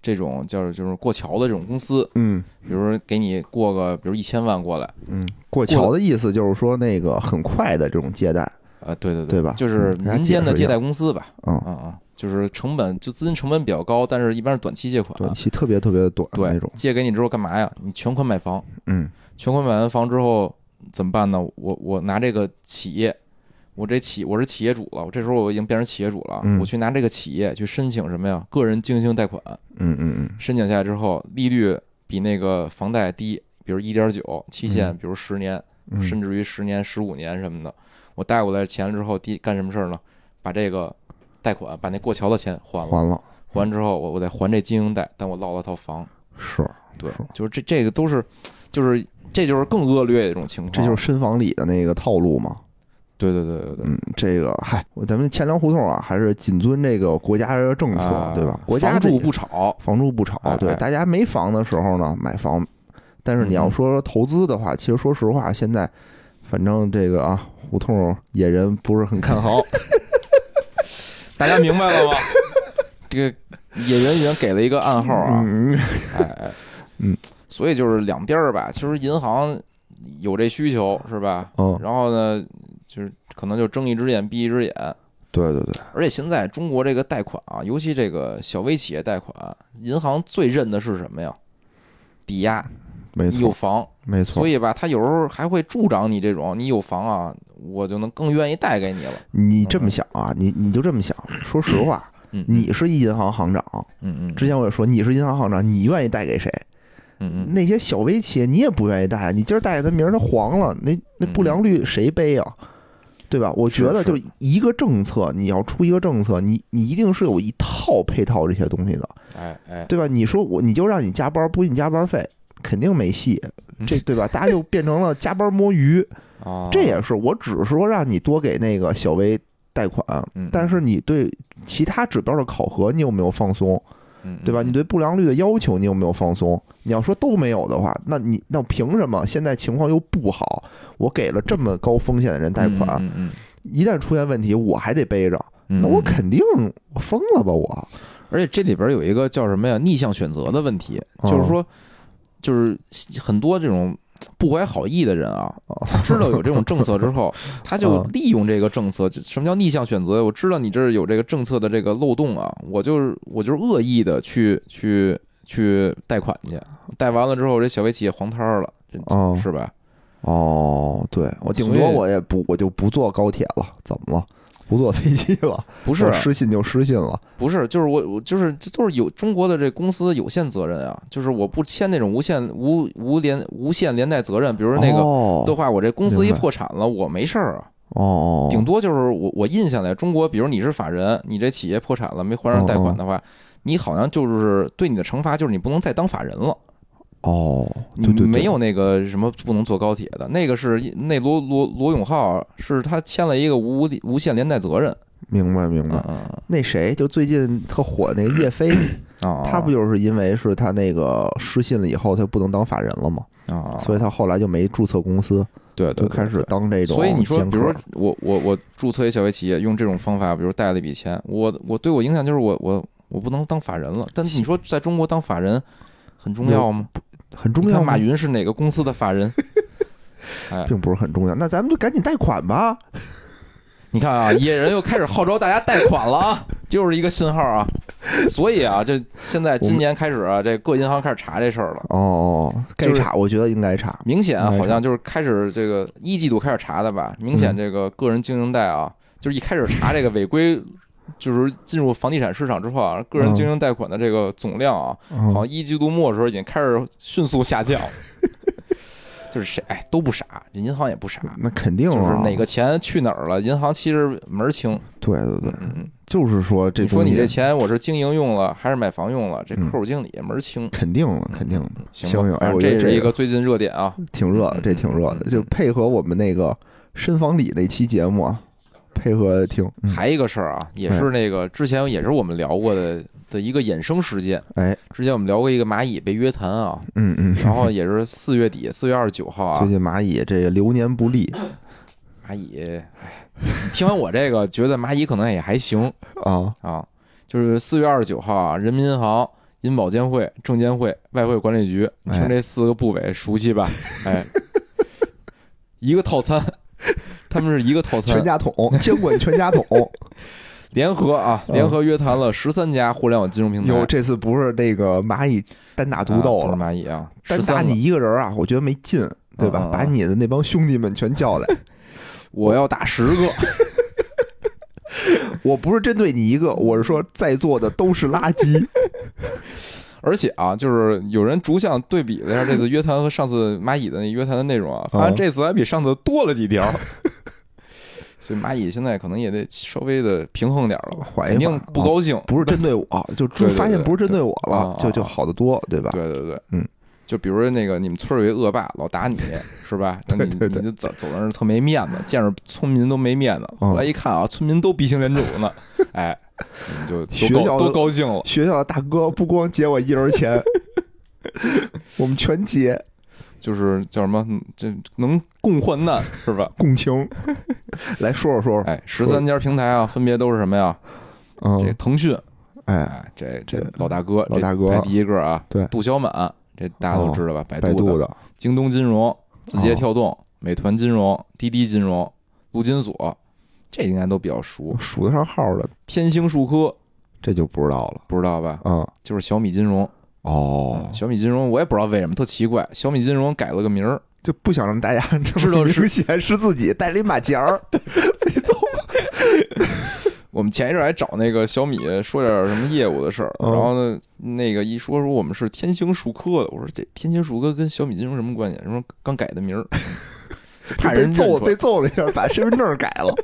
这种叫就是过桥的这种公司，
嗯
比如说给你过个，比如一千万过来，
嗯，过桥的意思就是说那个很快的这种借贷，
呃，对对
对吧
就是
嗯给大家
民间
解
的
释
借
一下
贷公司吧，
嗯
啊啊，就是成本就资金成本比较高，但是一般是短期借款，啊
短期特别特别短的那
对
种，，
借给你之后干嘛呀？你全款买房，
嗯
全款买完房之后怎么办呢？我我拿这个企业，我这企我是企业主了，我这时候我已经变成企业主了，
嗯
我去拿这个企业去申请什么呀？个人经营贷款，
嗯嗯嗯，
申请下来之后，利率比那个房贷低，比如一点九，期限
嗯
比如十年，
嗯
甚至于十年、十五年什么的。我贷过来钱之后，第一干什么事儿呢？把这个贷款，把那过桥的钱还了，
还了，
还完之后，我我再还这经营贷，但我落了套房。
是，
对
是，
就是这这个都是，就是这就是更恶劣的一种情况。
这就是深房里的那个套路嘛。
对对对对对，
嗯，这个嗨，我咱们钱粮胡同啊，还是谨遵这个国家的政策，
啊
对吧？国家
房
的
住不炒，
房住不炒，
哎
对，
哎
大家没房的时候呢，买房。但是你要
嗯
说投资的话，其实说实话，现在反正这个啊，胡同野人不是很 看好。
大家明白了吗？ 这个野人已经给了一个暗号啊，
嗯，
哎哎，
嗯，
所以就是两边儿吧，其实银行有这需求是吧？
哦，
然后呢，就是可能就睁一只眼闭一只眼，
对对对，
而且现在中国这个贷款啊，尤其这个小微企业贷款，银行最认的是什么呀？抵押，
没
你有
错，
房，
没错
所。以吧，他有时候还会助长你这种，你有房啊，我就能更愿意贷给你了。
你这么想啊，你你就这么想。说实 话，
嗯，
你是一银行行长，
嗯嗯，
之前我也说你是银行行长，你愿意贷给谁？
嗯嗯
那些小微企业你也不愿意贷，你今儿贷给他，明儿他黄了，那那不良率谁背啊？对吧？我觉得
嗯是
就是一个政策，你要出一个政策，你你一定是有一套配套这些东西的，
哎哎，
对吧？你说我你就让你加班，不给你加班费，肯定没戏，
嗯
这对吧？大家就变成了加班摸 鱼，
啊，
这也是我只是说让你多给那个小微贷款，
嗯，
但是你对其他指标的考核你有没有放松？
嗯
对吧？你对不良率的要求，你有没有放松？你要说都没有的话，那你那凭什么现在情况又不好？我给了这么高风险的人贷款，
嗯嗯，
一旦出现问题，我还得背着，
嗯
那我，肯定我疯了吧？我
而且这里边有一个叫什么呀？逆向选择的问题，
哦
就是说，就是很多这种。不怀好意的人啊，
哦
他 知道有这种政策之后，他就
嗯
利用这个政策。就什么叫逆向选择？我知道你这儿有这个政策的这个漏洞啊，我就是我就是恶意的去去去贷款去，贷完了之后，这小微企业黄摊儿了，这
哦
是吧？
哦，对我顶
所
多
以
我也不我就不坐高铁了，怎么了？不坐飞机了？
不是
我失信就失信了。
不是，就是我我就是这都是有中国的这公司有限责任啊，就是我不签那种无限无无连无限连带责任，比如说那个
哦
的话，我这公司
明
一
白
破产了，我没事儿啊，
哦，
顶多就是我我印象在中国，比如你是法人，你这企业破产了没还上贷
哦
款的话，你好像就是对你的惩罚就是你不能再当法人了，
哦，
你
对对对
没有那个什么不能坐高铁的，那个是那罗罗罗永浩是他签了一个无无限连带责任，
明白明
嗯
白。
嗯
那谁就最近特火那个叶飞，
嗯啊，
他不就是因为是他那个失信了以后，他不能当法人了嘛，
啊，
所以他后来就没注册公司，
对对
就
对
开始
对
当这种
所以你说，
掮
比如
客
说我我我注册一小微企业，用这种方法，比如贷了一笔钱，我我对我影响就是我我我不能当法人了。但你说在中国当法人很重要吗？
很重
你
要
看
吗
马云是哪个公司的法人？哎，
并不是很重要。那咱们就赶紧贷款吧。
你看啊，野人又开始号召大家贷款了啊，又是一个信号啊。所以啊，这现在今年开始啊，这各银行开始查这事儿了。
哦，该
就是
查，我觉得应该查。
明显啊
没
好
事
像就是开始这个一季度开始查的吧？明显
嗯
这个个人经营贷啊，就是一开始查这个违规，就是进入房地产市场之后啊，个人经营贷款的这个总量啊，好
好
像一季度末的时候已经开始迅速下 降。就是谁哎都不傻，这银行也不傻，
那肯定
就是
啊，
哪个钱去哪儿了，银行其实门儿清。
对对对，
嗯，
就是说这
你说
东
你
西
这钱我是经营用了还是买房用了，这
嗯
客户经理门儿清。
肯定了，
嗯
肯定了行
吧
行，哎
反正
我觉得
这是
这
一
个
个最近热点啊。
挺热的，
嗯
这挺热
嗯
的，
嗯
就配合我们那个深房里那期节目啊，配合听。嗯哎
还一个事儿啊，也是那个之前也是我们聊过的的一个衍生事件。
哎，
之前我们聊过一个蚂蚁被约 谈啊，
嗯嗯，
然后也是四月底，四月二十九号
最
啊，
近蚂蚁这个流年不利
蚂蚁，哎，你听完我这个，觉得蚂蚁可能也还行
啊，
啊。就是四月二十九号啊，人民银行、银保监会、证监会、外汇管理局，你听
哎
这四个部委熟悉吧？哎，一个套餐，他们是一个套 餐
全，家 桶监管全家桶。
联合啊，联
嗯
合约谈了十三家互联网金融平台。
哟，这次不是那个蚂蚁单打独斗
啊不是
了，
蚂蚁啊，
单
13
打
个
你一个人啊，我觉得没劲，对
嗯
吧
嗯？嗯
把你的那帮兄弟们全叫来，
我要打十个，
我不是针对你一个，我是说在座的都是垃圾。
而且啊，就是有人逐项对比了一下这次约谈和上次蚂蚁的那约谈的内容啊，发现
嗯
这次还比上次多了几条。 所以蚂蚁现在可能也得稍微的平衡点儿了吧，
缓一
肯定
缓
不
啊
高兴。
不是针对我，就
对对对
发现不是针对我了，
对
就
啊
就好得多，对吧？
对对对，
嗯，
就比如说那个你们村儿有一恶霸老打你，是吧？那你
对对对
你就走走到那儿特没面子，见着村民都没面子。
嗯
后来一看啊，村民都鼻青脸肿 呢，哎，你们就
学
都
校
高都
的
高兴了。
学校的大哥不光结我一人 钱，我们全结，
就是叫什么，嗯这能共患难是吧？
共 情。来说说说说，
哎，十三家平台啊，分别都是什么呀？这
嗯，
腾讯，
哎，
哎，这这
这
老大哥，
老大
这
哥
排第一个啊，
对哦
杜小满，这大家都知道吧？百
百
的、
的，
京东金融、字节
哦
跳动、美团金融、滴滴金融、陆金所，这应该都比较熟
我。数得上号的，
天星数科
这就不知道了。
不知道吧？
嗯，
就是小米金融，
哦
嗯，小米金融我也不知道为什么特奇怪，小米金融改了个名儿，
就不想让大家
知道是
明显是自己带了一马甲儿，
我们前一阵儿还找那个小米说点儿什么业务的事儿，
嗯
然后呢，那个一说说我们是天星数科的，我说这天星数科跟小米金融什么关系？什么刚改的名儿，就 怕
被
人认出
揍
来
被。揍了一下，把身份证改了，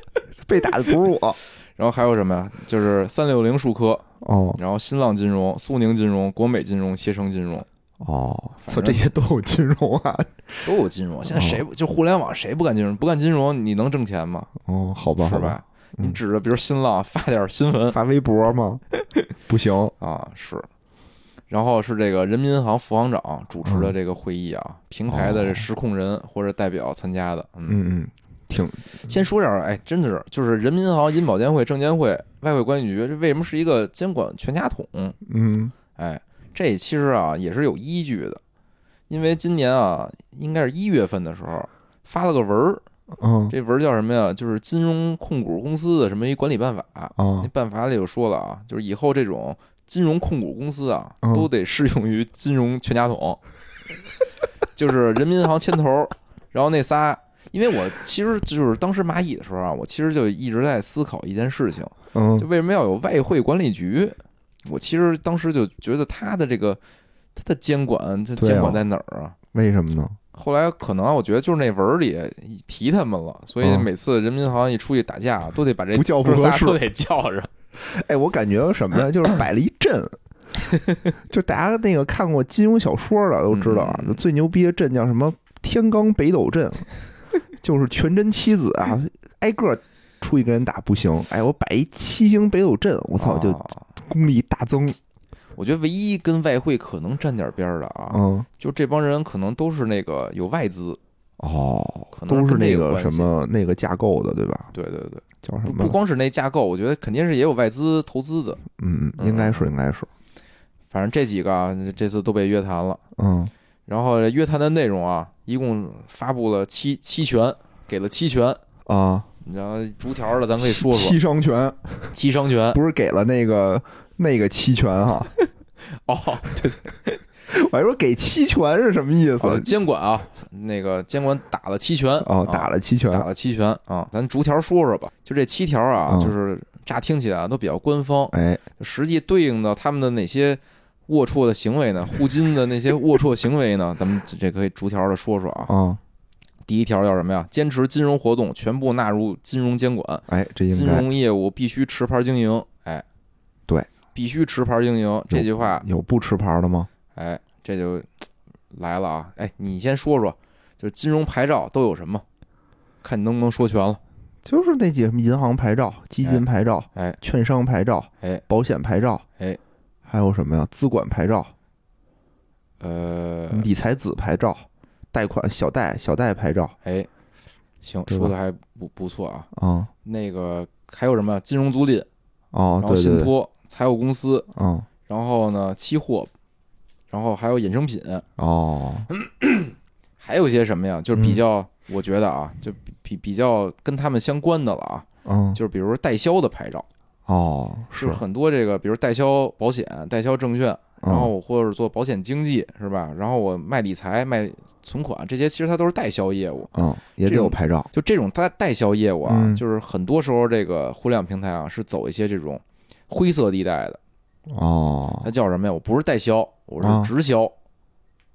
被打的不是我。
然后还有什么呀？就是三六零数科，
哦
然后新浪金融、苏宁金融、国美金融、携程金融
哦，
反
操，
正
这些都有金融啊。
都有金融。现在谁
嗯
不就互联网谁不干金融？不干金融你能挣钱吗？
哦，好吧，
是
好？
吧？
嗯
你指着比如新浪发点儿新闻
发微博 吗？不行，
啊，是。然后是这个人民银行副行长主持的这个会议啊，平台的这实控人或者代表参加的。嗯，
嗯嗯，挺
先说点儿，哎，真的是就是人民银行、银保监会、证监会、外汇管理局，这为什么是一个监管全家桶？
嗯
哎，这其实啊也是有依据的，因为今年啊应该是一月份的时候发了个文儿，
嗯
这文儿叫什么呀？就是金融控股公司的什么一管理办法。
啊
那办法里就说了啊，就是以后这种金融控股公司啊，
嗯
都得适用于金融全家桶，就是人民银行牵头，然后那仨，因为我其实就是当时蚂蚁的时候啊，我其实就一直在思考一件事情，
嗯
就为什么要有外汇管理局？我其实当时就觉得它的这个它的监管，它
对啊
监管在哪儿啊？
为什么呢？
后来可能啊，我觉得就是那文儿里提他们了，所以
嗯
每次人民好像一出去打架，都得把这
不叫不
哥
合
仨
适
都得叫上。
哎，我感觉什么呀？就是摆了一 阵，就大家那个看过金庸小说的都知道啊
嗯，嗯嗯
就最牛逼的阵叫什么天罡北斗 阵，就是全真七子啊，挨个儿出一个人打不行。哎，我摆一七星北斗阵，我操，就
啊
功力大增。
我觉得唯一跟外汇可能沾点边儿的啊，
嗯，
就这帮人可能都是那个有外资，
哦
可，能
都是
跟
那
这个
个
关
什
系
么那个架构的，对吧？
对对对，
叫什
不
么
不？光是那架构，我觉得肯定是也有外资投资的。
嗯，嗯应该是应该是。
反正这几个啊，这次都被约谈了。
嗯，
然后约谈的内容啊，一共发布了七七权，给了七权。
啊，
然后逐条的咱可以说啊说
七伤拳
七伤拳
不是给了那个那个啊七拳哈，
哦，对对
我还说给七拳是什么意
哦，
思？
监管啊，那个监管打了七拳
哦，
啊
打了七拳，
打了七拳啊，咱逐条说说吧。就这七条啊，
嗯
就是乍听起来啊都比较官方，
哎，
实际对应到他们的哪些龌龊的行为呢？互金的那些龌龊行为呢？咱们这这可以逐条的说说啊。
啊，
第一条叫什么呀？坚持金融活动全部纳入金融监管，
哎，这应
金
该
融业务必须持牌经营。哎，
对，
必须持牌经营这句话，
有不持牌的吗？
哎，这就嘖来了啊！哎，你先说说，就是金融牌照都有什么？看你能不能说全了。
就是那几个什么银行牌照、基金牌照、
哎，
券商牌照、
哎，
保险牌照，
哎，
还有什么呀？资管牌照、
呃，
理财子牌照、贷款小贷小贷牌照
哎，行，
对吧
说的还不不错啊。
啊，
那个还有什么？金融租赁，
哦
然，后
对
信
对对，
托、财务公司，
嗯，
然后呢期货，然后还有衍生品，
哦，
还有一些什么呀？就是比
嗯
较，我觉得啊，就比比比较跟他们相关的了啊，
嗯，
就是比如说代销的牌照，
哦，
就是是，很多这个，比如代销保险、代销证券，然后
嗯
我或者做保险经纪是吧？然后我卖理财、卖存款，这些其实它都是代销业务。
嗯，也得
这
有
种
牌照，
就这种代代销业务啊，
嗯
就是很多时候这个互联网平台啊是走一些这种灰色地带的。
哦
它，叫什么呀？我不是代销，我
啊
是直销。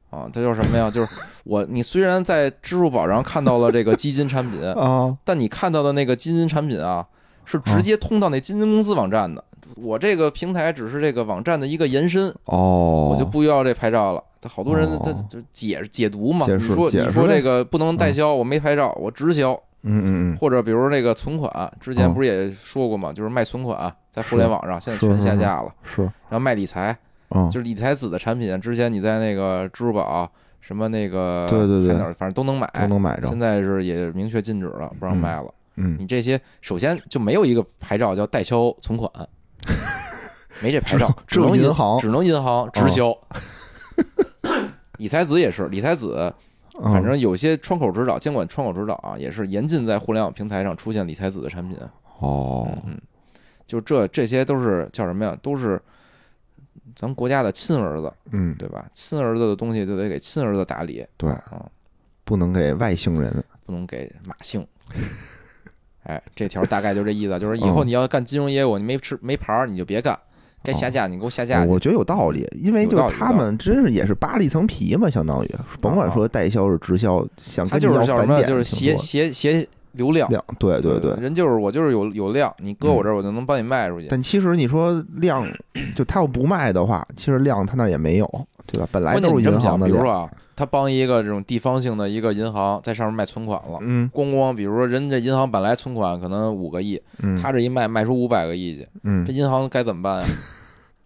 啊，它叫什么呀？就是我，你虽然在支付宝上看到了这个基金产 品，
啊，
但你看到的那个基金产品啊，是直接通到那基金公司网站的。我这个平台只是这个网站的一个延伸，
哦，
我就不要这牌照了。他好多人
哦
他就解解读嘛，
解
你
释
说
解释
你说
呗
这个不能代销，我没牌照，我直销，
嗯嗯
或者比如那个存款，之前
嗯
不是也说过嘛，就是卖存款在互
是
联网上现在
是
全
是
下
是
架了，
嗯，是，
然后卖理财，
嗯，
就是理财子的产品，之前你在那个支付宝什么那个，
对对对
还哪儿反正都能买，
都能买着
现，在是也明确禁止了，不让卖了。
嗯，
你这些首先就没有一个牌照叫代销存款，没 这牌照，
只
只
有
能
只有
银
银行哦
只能银行直销。 理财子也是，理财子
嗯
反正有些窗口指导、监管窗口指导啊，也是严禁在互联网平台上出现理财子的产品。啊
哦，
嗯，嗯，就这这些都是叫什么呀？都是咱们国家的亲儿子，
嗯，
对吧？亲儿子的东西就得给亲儿子打理，
对
啊，
不能给外星人，
不能给马姓。哎，这条大概就这意思，就是以后
嗯
你要干金融业务，你没吃没牌儿你就别干，该下架你给我下
哦
架
我
去。
我觉得有道理，因为
有
就
道理啊
他们真是也是扒了一层皮嘛，相当于甭管说代销是直销，想
他
跟你
就
要
是叫什
返
么呀？
点，
就是
挺多
携携携流量。嗯
量，对对嗯对。
人就是我就是有有量，你搁我这儿我就能帮你卖出去。
但其实你说量，就他要不卖的话，其实量他那儿也没有，对吧？本来
关键
都
你
是
这么
银行
讲，
的
比如
量，
说啊，他帮一个这种地方性的一个银行在上面卖存款了，
嗯
咣咣，比如说人家银行本来存款可能五个亿，
嗯，
他这一卖卖出五百个亿去，这
嗯，
银行该怎么办呀？啊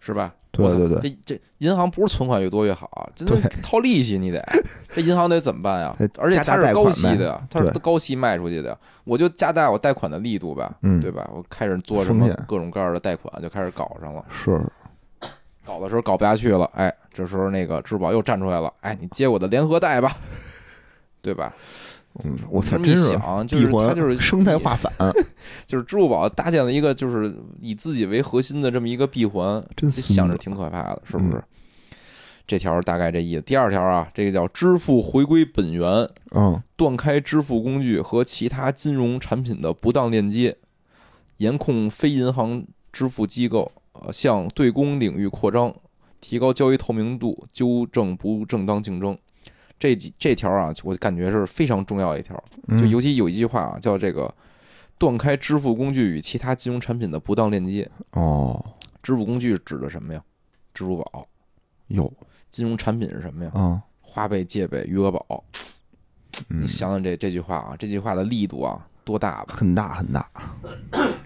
是吧？
对
我操
对对，
这这银行不是存款越多越好啊，真的
对
掏利 息你得，这银行得怎么办呀
得？
而且
加
它
大
是
贷
高
款
息
呗
的呀，它是
对
高息卖出去的呀，我就加大我贷款的力度吧，
嗯
对吧？我开始做什
风
么
险
各种各样的贷款，就开始搞上了。
是，
搞的时候搞不下去了，哎，这时候那个支付宝又站出来了，哎，你接我的联合 贷吧，对吧？
嗯，我
这
操，
么一
真是
想，就
闭
是它就是
环生态化 反，
就是支付宝搭建了一个就是以自己为核心的这么一个闭环，
真嗯
就想着
孙子
挺可怕的，是不是？这条大概这意思。第二条啊，这个叫支付回归本源，
嗯，
断开支付工具和其他金融产品的不当链接，严控非银行支付机构，呃，向对公领域扩张，提高交易透明度，纠正不正当竞争。这几这条啊，我感觉是非常重要一条。就
嗯
尤其有一句话啊，叫这个“断开支付工具与其他金融产品的不当链接
哦”。
支付工具指的什么呀？支付宝。
有
金融产品是什么呀？
啊，
花呗、借呗、余额宝。
嗯
你，想想这这句话啊，这句话的力度啊多大吧？
很大很大，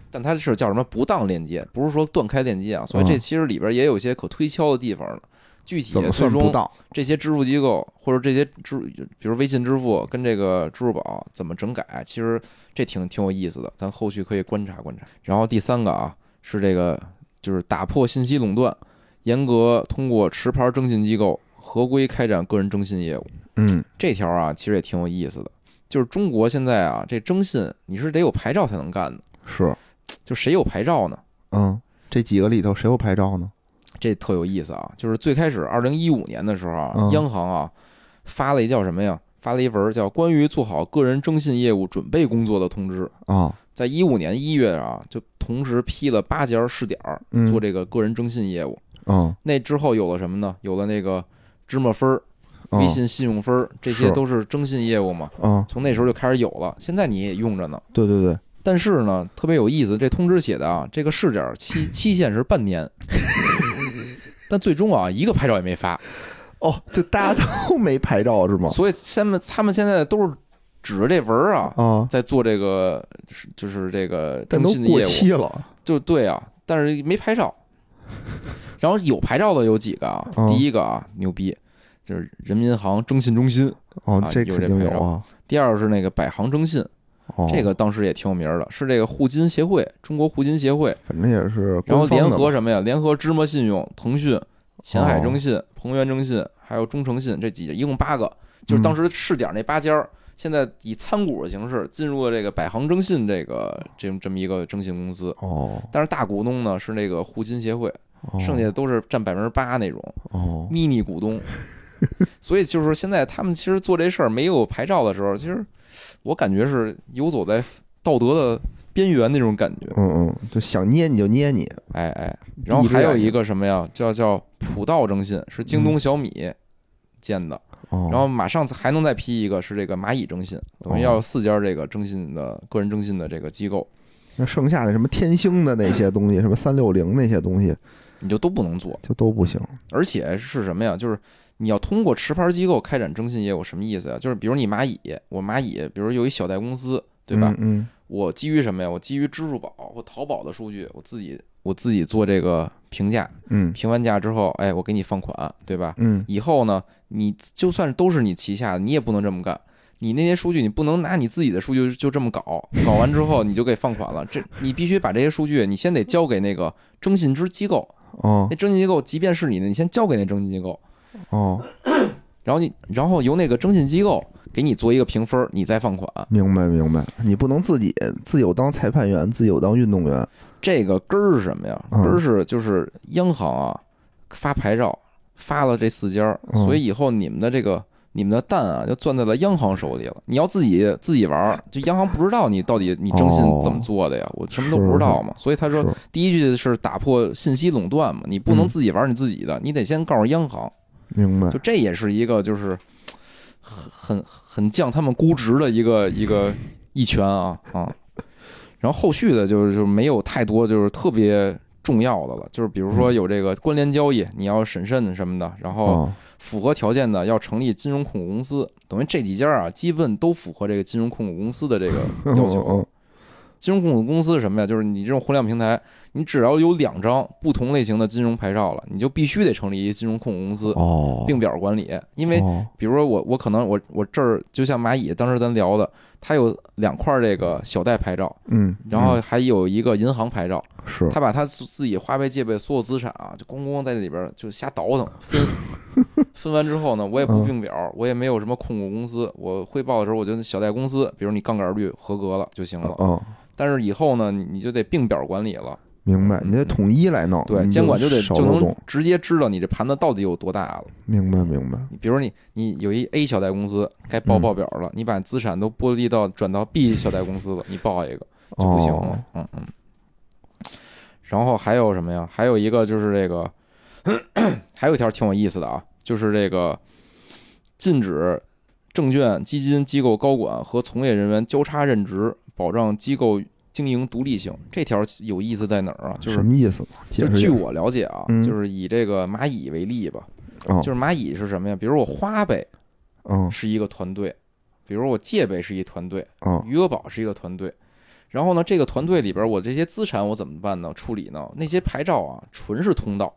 但它是叫什么不当链接，不是说断开链接啊。所以这
嗯
其实里边也有一些可推敲的地方了。具体
怎么
最
算不
终
到？
这些支付机构或者这些支，比如微信支付跟这个支付宝怎么整改，其实这挺挺有意思的，咱后续可以观察观察。然后第三个啊是这个就是打破信息垄断，严格通过持牌征信机构合规开展个人征信业务。
嗯，
这条啊其实也挺有意思的，就是中国现在啊这征信你是得有牌照才能干的，
是，
就谁有牌照呢？
嗯，这几个里头谁有牌照呢？
这特有意思啊！就是最开始二零一五年的时候啊
嗯，
央行啊发了一叫什么呀？发了一文儿叫《关于做好个人征信业务准备工作的通知》。
啊，
在一五年一月啊，就同时批了八家试点儿
嗯，
做这个个人征信业务。
嗯，
那之后有了什么呢？有了那个芝麻分儿、
嗯，
微信信用分儿，这些
是
都是征信业务嘛。
嗯，
从那时候就开始有了，现在你也用着呢。
对对对，
但是呢，特别有意思，这通知写的啊，这个试点儿
嗯
期期限是半年，但最终啊，一个牌照也没发，
哦，就大家都 没牌照是吗？
所以现在他们现在都是指着这文儿啊，
啊，
在做这个就是就是这个
但
征
都
信的
过
业务，
期了，
就对啊，但是没牌照。然后有牌照的有几个啊？
嗯
第一个啊，牛逼，就是人民银行征信中心；
哦
啊，
这
有
肯
这
定
牌
有
照
啊，
第二个是那个百行征信，
哦，
这个当时也挺有名儿的，是这个互金协会，中国互金协会。
反正也是
然后
官
联
方的
合
嘛
什么呀？联合芝麻信用、腾讯、前海
哦
征信、鹏源征信，还有中诚信这几家，一共八个，就是
嗯
当时试点那八家儿，现在以参股的形式进入了这个百行征信这个这么这么一个征信公司。
哦，
但是大股东呢是那个互金协会，
哦
剩下都是占百分之八那种
哦，
秘密 股东。所以就是现在他们其实做这事儿没有牌照的时候，其实我感觉是游走在道德的边缘那种感觉。
嗯嗯，就想捏你就捏你，
哎哎，然后还有一个什么呀，叫叫普道征信，是京东、小米建的，
嗯哦，
然后马上还能再批一个是这个蚂蚁征信，等于要有四家这个征信的个人征信的这个机构，
那剩下的什么天星的那些东西，什么三六零那些东西
你就都不能做，
就都不行，
而且是什么呀？就是你要通过持牌机构开展征信业务，什么意思呀？就是比如你蚂蚁，我蚂蚁，比如有一小贷公司，对吧？
嗯
我基于什么呀？我基于支付宝或淘宝的数据，我自己我自己做这个评价，
嗯
评完价之后，哎，我给你放款，对吧？
嗯
以后呢，你就算都是你旗下的，你也不能这么干。你那些数据，你不能拿你自己的数据就这么搞，搞完之后你就给放款了。这你必须把这些数据，你先得交给那个征信之机构。
嗯，哦
那征信机构，即便是你的，你先交给那征信机构，
哦，
然后你，然后由那个征信机构给你做一个评分儿，你再放款。
明白明白，你不能自己自有当裁判员，自有当运动员，
这个根儿是什么呀？根
嗯
儿是就是央行啊发牌照发了这四家儿，
嗯
所以以后你们的这个你们的蛋啊就攥在了央行手里了。你要自己自己玩儿，就央行不知道你到底你征信怎么做的呀，我什么都不知道嘛。所以他说
哦是
第一句是打破信息垄断嘛，你不能
嗯
自己玩儿你自己的，你得先告诉央行。
明白
就这也是一个就是很很很降他们估值的一个一个一拳啊啊。然后后续的就是就没有太多就是特别重要的了，就是比如说有这个关联交易，你要审慎什么的，然后
哦，
符合条件的要成立金融控股公司，等于这几家啊基本都符合这个金融控股公司的这个 要求。
嗯
金融控股公司是什么呀？就是你这种互联网平台，你只要有两张不同类型的金融牌照了，你就必须得成立一金融控股公司，
哦，
并表管理，因为
哦
比如说我我可能我我这儿就像蚂蚁，当时咱聊的，它有两块这个小贷牌照，
嗯，
然后还有一个银行牌照，
嗯是
它把它自自己花呗、借呗所有资产啊，就咣咣在这里边就瞎倒腾分。 分完之后呢，我也不
嗯
并表，我也没有什么控股公司，我汇报的时候我就小贷公司，比如你杠杆率合格了就行了。
哦
但是以后呢，你你就得并表管理了，
明白，你
嗯
得统一来弄，
对，
嗯你
监管就得
少
就
漏
能
洞。
直接知道你这盘子到底有多大了。
明白明白，
你比如你你有一 A 小贷公司该报
嗯
报表了，你把资产都剥离到转到 B 小贷公司了，你报一个就不行
哦
了，，嗯嗯。然后还有什么呀？还有一个就是这个， 还有一条挺有意思的啊，就是这个禁止证券、基金机构高管和从业人员交叉任职，保障机构经营独立性。这条有意思在哪儿啊？就是
什么意思？解
就
释
据
解释
我了解啊，
嗯
就是以这个蚂蚁为例吧，
哦
就是蚂蚁是什么呀？比如我花呗
嗯
是一个团队，比如我借呗是一团队，
嗯
余额宝是一个团队。然后呢，这个团队里边我这些资产我怎么办呢？处理呢？那些牌照啊，纯是通道，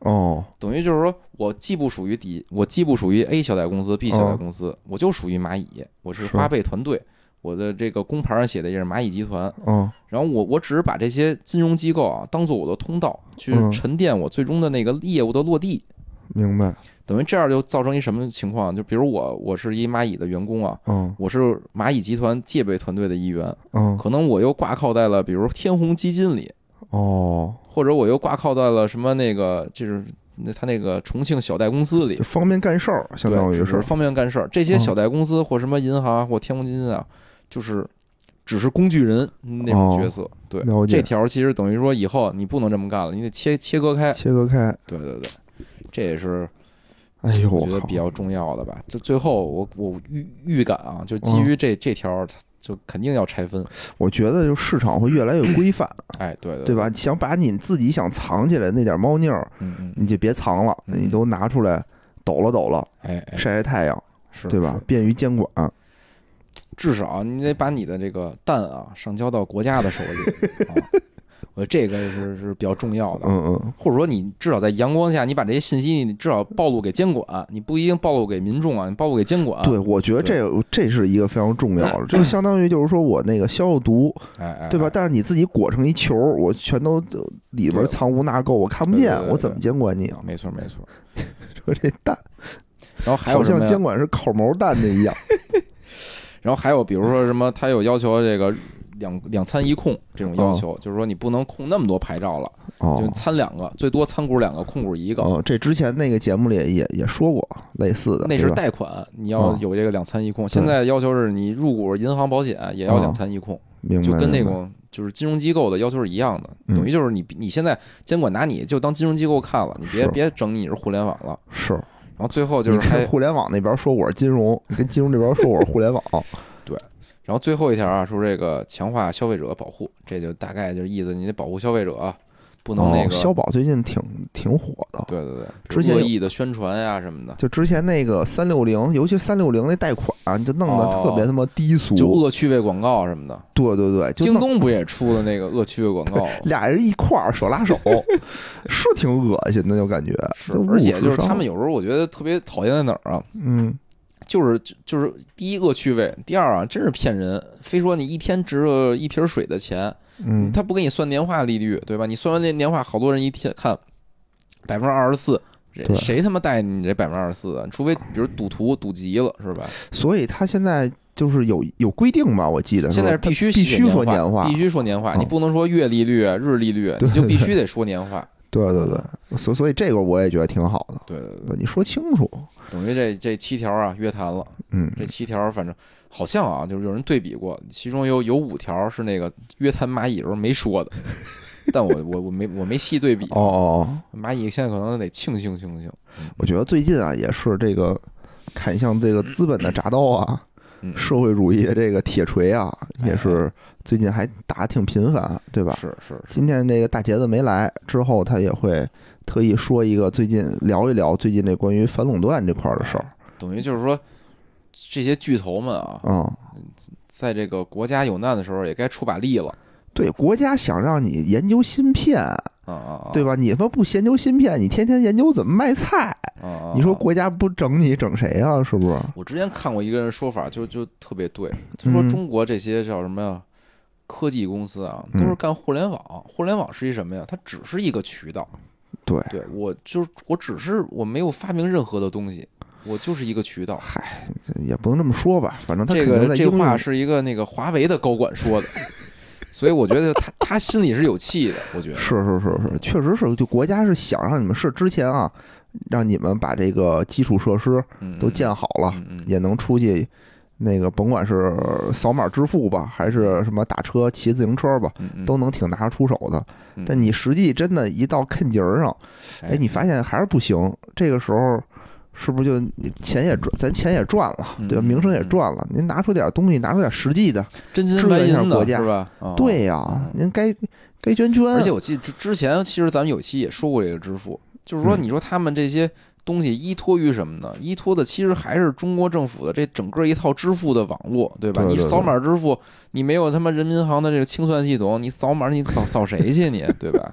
哦
等于就是说我既不属于底，我既不属于 A 小贷公司、B 小贷公司，我就属于蚂蚁，我是
哦是
花呗团队，我的这个工牌上写的也是蚂蚁集团。
哦
然后我我只是把这些金融机构啊当做我的通道，去
嗯
沉淀我最终的那个业务的落地。
明白，
等于这样就造成一什么情况？就比如我我是一蚂蚁的员工啊，
嗯
我是蚂蚁集团戒备团队的一员，
嗯
可能我又挂靠在了比如天弘基金里，
哦，
或者我又挂靠在了什么那个就是那他那个重庆小贷公司里
就，方便干事儿，相当
对，
于
只是
是
方便干事儿。这些
嗯
小贷公司或什么银行或天弘基金啊，就是只是工具人那种角色。对
哦了，解
这条其实等于说以后你不能这么干了，你得切切割开。
切割开。
对对对，这也是
哎呦，
我
我
觉得
靠
比较重要的吧。这最后我我预预感啊，
嗯
就基于这这条，就肯定要拆分。
我觉得就市场会越来越规范，
哎，对对
对？吧？想把你自己想藏起来那点猫腻儿，
嗯嗯
你
嗯，
就别藏了，
嗯
你都拿出来抖了抖了，
哎哎，
晒晒太阳，
是，
对吧
是？？啊
便于监管。
至少啊你得把你的这个蛋啊上交到国家的手 里啊。我觉得这个是是比较重要的，
嗯嗯，
或者说你至少在阳光下，你把这些信息你至少暴露给监管，你不一定暴露给民众啊，你暴露给监管。
对，，我觉得这这是一个非常重要的，这就相当于就是说我那个消消毒，
哎哎，
对吧？
哎？
但是你自己裹成一球，我全都呃里边
对
藏污纳垢，我看不
对对
见
对，对
我怎么监管你啊？
没错没错。
说这蛋
然后还有
好
什么
像
呀？
监管是烤毛蛋的一样。
然后还有比如说什么，他有要求这个两两餐一控这种要求，就是说你不能控那么多牌照了， 就
哦
参两个，最多参股两个，控股一个。
哦，这之前那个节目里也也说过啊类似的，
那是
对吧
贷款，你要
哦
有这个两参一控。现在要求是你入股银行、保险也
哦
要两参一控，
明白，
就跟那
明白
种就是金融机构的要求是一样的，
嗯
等于就是你你现在监管拿你就当金融机构看了，你别
是
别整你是互联网了。
是，
然后最后就是
你
还
跟互联网那边说我是金融，你跟金融这边说我是互联网，
然后最后一条啊，说这个强化消费者保护，这就大概就是意思，你得保护消费者啊，不能那
哦
个
消保最近挺挺火的，
对对对，
之前
恶
有
意的宣传呀、什么的，
就之前那个三六零，尤其三六零那贷款、啊就弄得
哦
特别他妈低俗，
就恶趣味广告什么的。
对对对，就
京
弄
东不也出了那个恶趣味广告？
俩人一块儿手拉手， 是挺恶心的，就感觉
是
就，
而且
侮辱
就是
上
他们有时候我觉得特别讨厌在哪儿啊？
嗯
就是就是第一恶趣味，第二啊，真是骗人，非说你一天值了一瓶水的钱，
嗯，
他不给你算年化利率，对吧？你算完那年化，好多人一天看百分之二十四，
对
谁他妈带你这百分之二十四啊？除非比如赌徒赌急了，是吧？
所以他现在就是有有规定吧，我记得
现在是
是
必须
必
写
须说
年
年化
必，须说年化，
嗯
你不能说月利率、啊日利率，
对
你就必须得说年化。
对对
嗯
对，所所以这个我也觉得挺好的，
对对对，
对你说清楚，
等于这这七条啊，约谈了。
嗯
这七条反正好像啊，就是有人对比过，其中有有五条是那个约谈蚂蚁时候没说 的，但我我我没我没细对比。
哦哦，哦
蚂蚁现在可能得庆幸庆幸。
我觉得最近啊也是这个砍向这个资本的铡刀啊，
嗯，
社会主义的这个铁锤啊，
哎
也是最近还打得挺频繁，对吧？
是是是，
今天这个大杰子没来之后，他也会特意说一个最近聊一聊最近这关于反垄断这块儿的事儿。
哎等于就是说，这些巨头们啊，
嗯，
在这个国家有难的时候，也该出把力了。
对，国家想让你研究芯片，
啊啊啊！
对吧？你他妈不研究芯片，你天天研究怎么卖菜，
啊？啊啊！
你说国家不整你整谁啊？是不是？
我之前看过一个人说法，就就特别对，他说
嗯
中国这些叫什么呀？科技公司啊，
嗯
都是干互联网。互联网是一什么呀？它只是一个渠道。
对
对我就是我只是我没有发明任何的东西，我就是一个渠道。
嗨，这也不能这么说吧，反正他
这
肯定
个
在
这
应用
话是一个那个华为的高管说的，所以我觉得他他心里是有气的，我觉得
是是是是，确实是，就国家是想让你们是之前啊，让你们把这个基础设施
嗯
都建好了，
嗯嗯嗯
也能出去。那个甭管是扫码支付吧，还是什么打车、骑自行车吧，
嗯嗯
都能挺拿得出手的。
嗯
但你实际真的，一到坎节儿上，哎，你发现还是不行。这个时候，是不是就你钱也赚，咱钱也赚了，对吧？
嗯
名声也
嗯
赚了，您拿出点东西，拿出点实际的，
真金
支
白
援一
银
下
的
国家
是吧？啊
对呀、
嗯
您该该捐捐。
而且我记之之前，其实咱们有期也说过这个支付，就是说，
嗯
你说他们这些东西依托于什么呢？依托的其实还是中国政府的这整个一套支付的网络，对吧？
对对
你扫码支付，你没有他妈人民银行的这个清算系统，你扫码你扫扫谁去你？对 吧？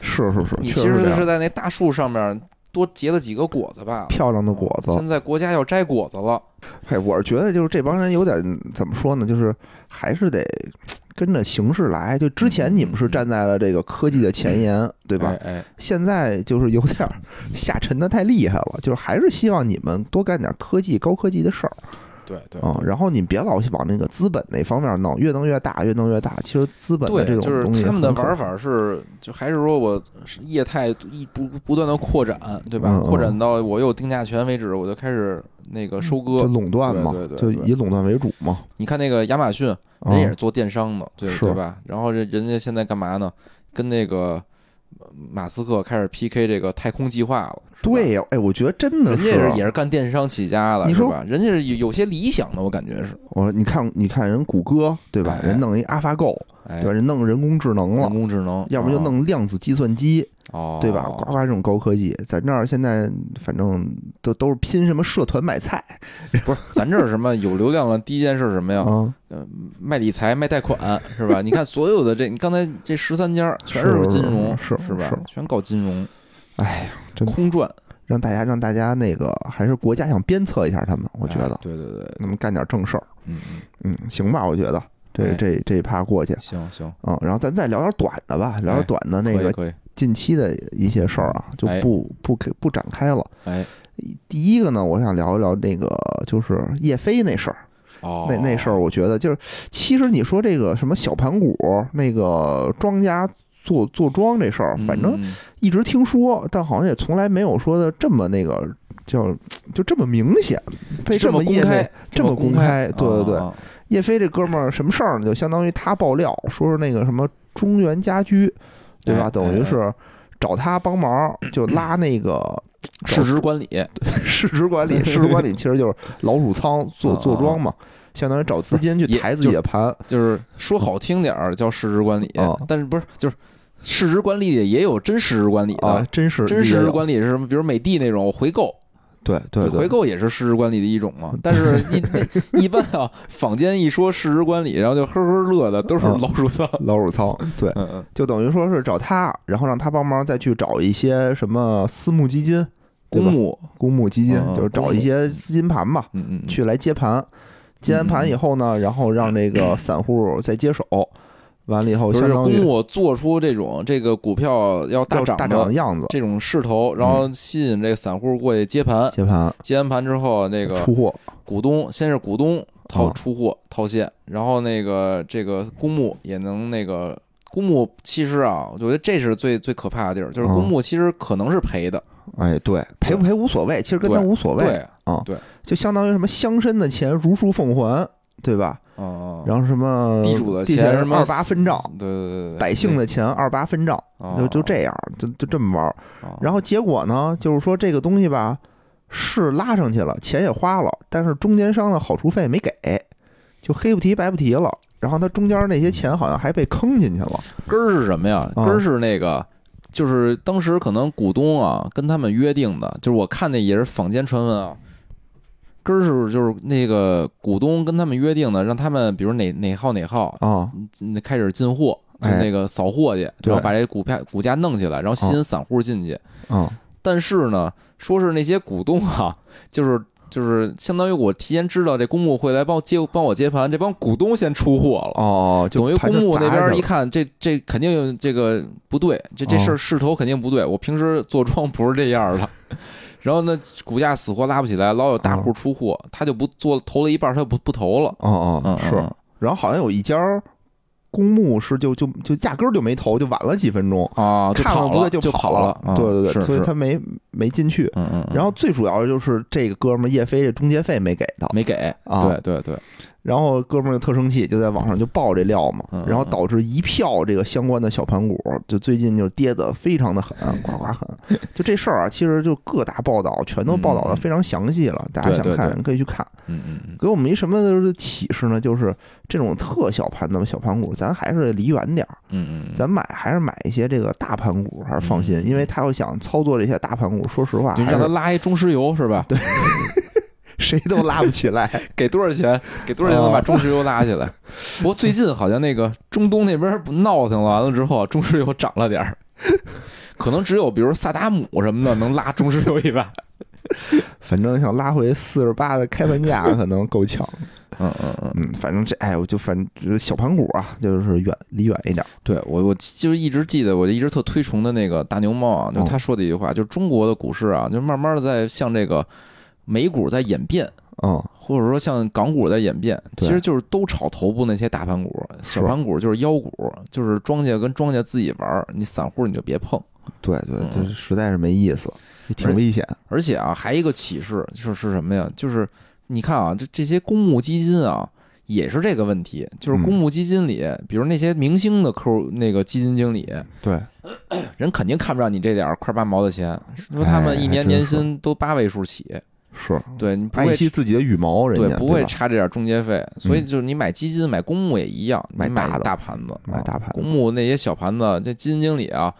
是是是，
你
确
其
是这
实
样
是在那大树上面多结了几个果子吧。
漂亮的果子。
现在国家要摘果子了，
哎，我是觉得就是这帮人有点怎么说呢，就是还是得跟着形势来。就之前你们是站在了这个科技的前沿，对吧？
嗯哎哎，
现在就是有点儿下沉的太厉害了，就是还是希望你们多干点科技、高科技的事儿。
对对。
啊、然后你别老往那个资本那方面弄，越弄越大，越弄越大。其实资本的
对，
这种
就是
东西
他们的
很可
玩法是，就还是说我是业态一不不断的扩展，对吧？
嗯嗯
扩展到我有定价权为止，我就开始那个收
就
割。
垄断嘛，
对对对
就
对
以垄断为主嘛。
你看那个亚马逊，
啊
人也是做电商的，对
是
对吧？然后这人家现在干嘛呢？跟那个呃马斯克开始 PK 这个太空计划了。是吧，
对呀，哎，我觉得真的
人家
是，
也是也是干电商起家的，
你
是
说
吧？人家是有有些理想的，我感觉是，
我你看你看人谷歌对吧？
哎
人弄一 AlphaGo
哎
对，吧？人弄人工智能
人
了。
工智能，
要不就
啊
弄量子计算机，
哦，
对吧？呱呱这种高科技，咱这儿现在反正都都是拼什么社团买菜
不是，咱这儿什么有流量了，第一件事是什么 呀？
啊，
呃卖理财、卖贷款是吧？你看所有的这，你刚才这十三家全是金融，
是是
吧
是？
全搞金融，
哎呀，真的
空转，
让大家让大家那个还是国家想鞭策一下他们，我觉
哎
得
对对对，
那么干点正事儿。
嗯，嗯
嗯，行吧，我觉得这
哎
这这一趴过去
行行，
啊、嗯，然后咱再聊点短的吧，聊点短的那
哎可以
个
可以，
近期的一些事儿啊，就
哎
不不给不展开了。
哎，
第一个呢，我想聊一聊那个就是叶飞那事儿，
哦，
那那事儿，我觉得就是，其实你说这个什么小盘股那个庄家做做庄这事儿，
嗯，
反正
嗯
一直听说，但好像也从来没有说的这么那个叫就这么明显，被
这
么
公
业内
开，
这么
么
公
开，
开对对对
啊，啊啊
叶飞这哥们儿什么事儿呢？就相当于他爆料说是那个什么中原家居，对吧？
哎
等于是找他帮忙，就拉那 个
市值管理，
市值管理，市值管理其实就是老鼠仓做
啊啊
做庄嘛，相当于找资金去
也
抬自己的盘。
就是说好听点儿叫市值管理
啊，
但是不是就是市值管理里也有真市值管理
啊
的，，
真是
真市
也
值
有
管理是什么？比如美的那种，我回购。
对对
回
对，
购也是市值管理的一种嘛。但是 一一般啊，坊间一说市值管理，然后就呵呵乐的都是
嗯
老鼠仓。
老鼠仓对，
嗯嗯，
就等于说是找他，然后让他帮忙再去找一些什么私募基金、对
公
吧
募，
公募基金
嗯，嗯
就是
公
找
募
一些资金盘吧。
嗯嗯，嗯，嗯
去来接盘，接完盘以后呢，然后让这个散户再接手，完了以后
就
相
是
当
公
于
募做出这种这个股票要
要
大涨
大
的
涨嗯的样子，
这种势头，然后吸引这个散户过去接盘。
接盘
接完盘之后，那个
出货，
股东先是股东套
啊
出货套现，然后那个这个公募也能那个。公募其实啊，我觉得这是最最可怕的地儿，就是公
嗯
募其实可能是赔的，
哎，对，赔不赔无所谓，其实跟他
对
无所谓，
对，
就相当于什么乡绅的钱如数奉还，对吧？
哦，
然后什么
地主的
地
钱什么
二八分账，
对对对啊对，
啊百姓的钱二八分账，
那
就就，这样，就就这么玩儿。
哦
然后结果呢，就是说这个东西吧，是拉上去了，钱也花了，但是中间商的好处费没给，就黑不提白不提了。然后他中间那些钱好像还被坑进去了，
根儿是什么呀？
啊
根儿是那个。就是当时可能股东啊跟他们约定的，就是我看那也是坊间传闻啊，根儿是就是那个股东跟他们约定的，让他们比如哪哪号哪号
啊
嗯开始进货，就
哎
那个扫货去，
对
然后把这股票股价弄起来，然后吸引散户进去。
啊
但是呢，说是那些股东啊， 就是就是相当于我提前知道这公募会来帮我接帮我接盘，这帮股东先出货了。
哦，就
等于
盘
公
就
募
砸
那
下
边
去
一
了
看，这这肯定有这个不对，这这
嗯
事儿势头肯定不对。我平时做庄不是这样的， 然后呢，股价死活拉不起来，老有大
嗯
户出货，他就不做投了一半，他就不不投了。
哦
嗯
哦，是。
嗯
然后好像有一家公墓是就就就压根儿就没投，就晚了几分钟，
啊，就
看了
跑
不
了
对就
跑
了，
啊
对对
是
对，所以
是
他没没进去。
嗯嗯，嗯
然后最主要的就是这个哥们儿叶飞这中介费没给他，
没给，
啊
对对对，
然后哥们儿就特生气，就在网上就爆这料嘛
嗯嗯，
然后导致一票这个相关的小盘股就最近就跌得非常的 狠，呱呱狠。就这事儿啊，其实就各大报道全都报道
嗯
的
嗯
非常详细了，大家
对
想
对
看
对
可以去看。
嗯嗯嗯，
给我们一什么的启示呢？就是这种特小盘的小盘股，咱还是离远点儿，
嗯嗯，
咱买还是买一些这个大盘股还是放心
嗯，
因为他要想操作这些大盘股，说实话
你
还
让他
是
拉一中石油是吧？对，
谁都拉不起 来。
给多少钱？给多少钱能把中石油拉起来？ 不过最近好像那个中东那边不闹腾了，完了之后中石油涨了点儿， 可能只有比如萨达姆什么的能拉中石油一把。
反正想拉回四十八的开盘价，可能够呛。
嗯嗯嗯，
嗯，反正这哎，我就反正小盘股啊，就是远离远一点儿。
对我我就是一直记得，我就一直特推崇的那个大牛猫啊，就
嗯
他说的一句话，就是中国的股市啊，就慢慢的在向这个美股在演变。
嗯，
或者说像港股在演变，
对
其实就是都炒头部那些大盘股，小盘股就是妖股，就是庄家跟庄家自己玩儿，你散户你就别碰。
对对，
嗯
这实在是没意思，也挺危险。
而且啊，还一个启示就是是什么呀？就是你看啊，这这些公募基金啊，也是这个问题，就是公募基金里，比如那些明星的客户那个基金经理，
对，
人肯定看不上你这点儿块八毛的钱，说他们一
哎
年
还真
年
是
薪都八位数起，
是
对你不
哎爱
会
惜自己的羽毛，人
对
家
不会
吧嗯
差这点中介费，所以就是你买基金、买公募也一样，
买
你
大
买
的
大盘子，啊
买大盘
公募那些小盘子，这基金经理啊，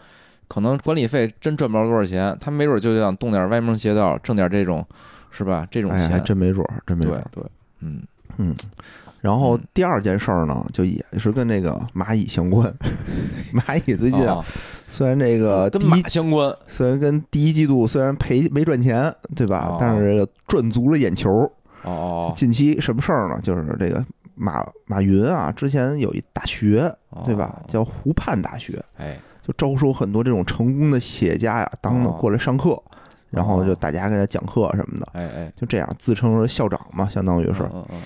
可能管理费真赚不着多少钱，他没准就想动点歪门邪道，挣点这种是吧？这种
哎，
钱，
还真没准儿，真没
对
准儿。
对，嗯，
嗯，然后
嗯
第二件事儿呢，就也是跟这个蚂蚁相关。 蚂蚁最近啊，
啊
虽然这个
哦跟
呃第
马
一，
相关，
虽然跟第一季度虽然赔没赚钱，对吧
哦？
但是这个赚足了眼球。
哦哦
近期什么事儿呢？就是这个马马云啊，之前有一大学，
哦，
对吧？
哦？
叫湖畔大学，
哎，
就招收很多这种成功的企业家呀，当的
哦
过来上课，然后就
哦
大家给他讲课什么的，
哎哎，
就这样自称是校长嘛，相当于是。
嗯嗯嗯，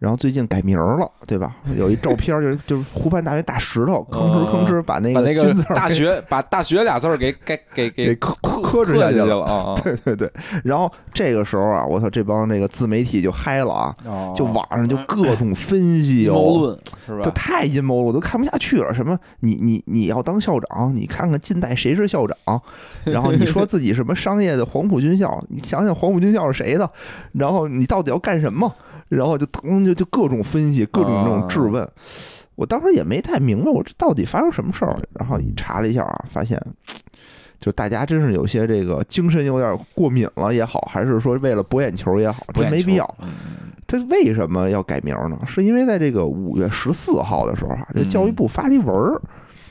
然后最近改名儿了，对吧？有一照片儿就是就是湖畔大学大石头，吭哧吭哧把那
哦把那
个
个
金字儿
大学把大学俩字儿给给给
给
给
磕磕
磕
磕着下
去
去了。
了啊
对对对，然后这个时候啊，我操，这帮这个自媒体就嗨了啊，
啊，哦
就网上就各种分析
阴
哦，
谋论是
这
吧？
太阴谋了，我都看不下去了。什么你你你要当校长，你看看近代谁是校长，然后你说自己什么商业的黄埔军校，你想想黄埔军校是谁的，然后你到底要干什么？然后就腾就就各种分析，各种这种质
啊
问。我当时也没太明白，我这到底发生什么事儿。然后一查了一下啊，发现。就大家真是有些这个精神有点过敏了也好，还是说为了博眼球也好，
不
这
眼
没
球
必要。，
嗯嗯嗯
他为什么要改名呢？是因为在这个五月十四号的时候啊，这
嗯
教育部发了一文儿，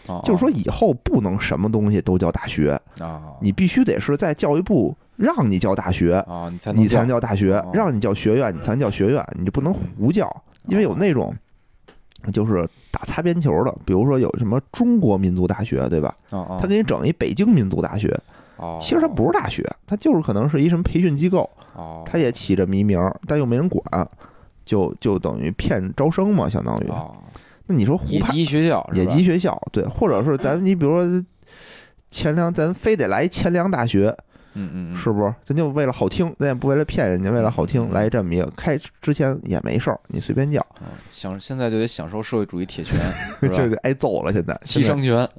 哦
就是说以后不能什么东西都叫大学，
啊，
你必须得是在教育部让你叫大学，
啊，你才能
你才能
叫
叫大学
哦，
让你叫学院，你才能叫学院，你就不能胡叫，因为
哦
有那种就是打擦边球的，比如说有什么中国民族大学，对吧？
啊啊，
他给你整一北京民族大学，
哦
其实它不是大学，它就是可能是一什么培训机构。
哦，
他也起这么一名儿，但又没人管，就就等于骗招生嘛，相当于。
哦，
那你说湖
野
畔
鸡学校，
野
是吧
鸡学校对，或者是咱你比如说钱粮，咱非得来钱粮大学，
嗯嗯嗯
是不是？咱就为了好听，咱也不为了骗人家，为了好
嗯
听
嗯
来这么一个。开之前也没事儿，你随便叫，
嗯享现在就得享受社会主义 铁拳，是吧
这个挨揍了。现在
七伤拳，
现在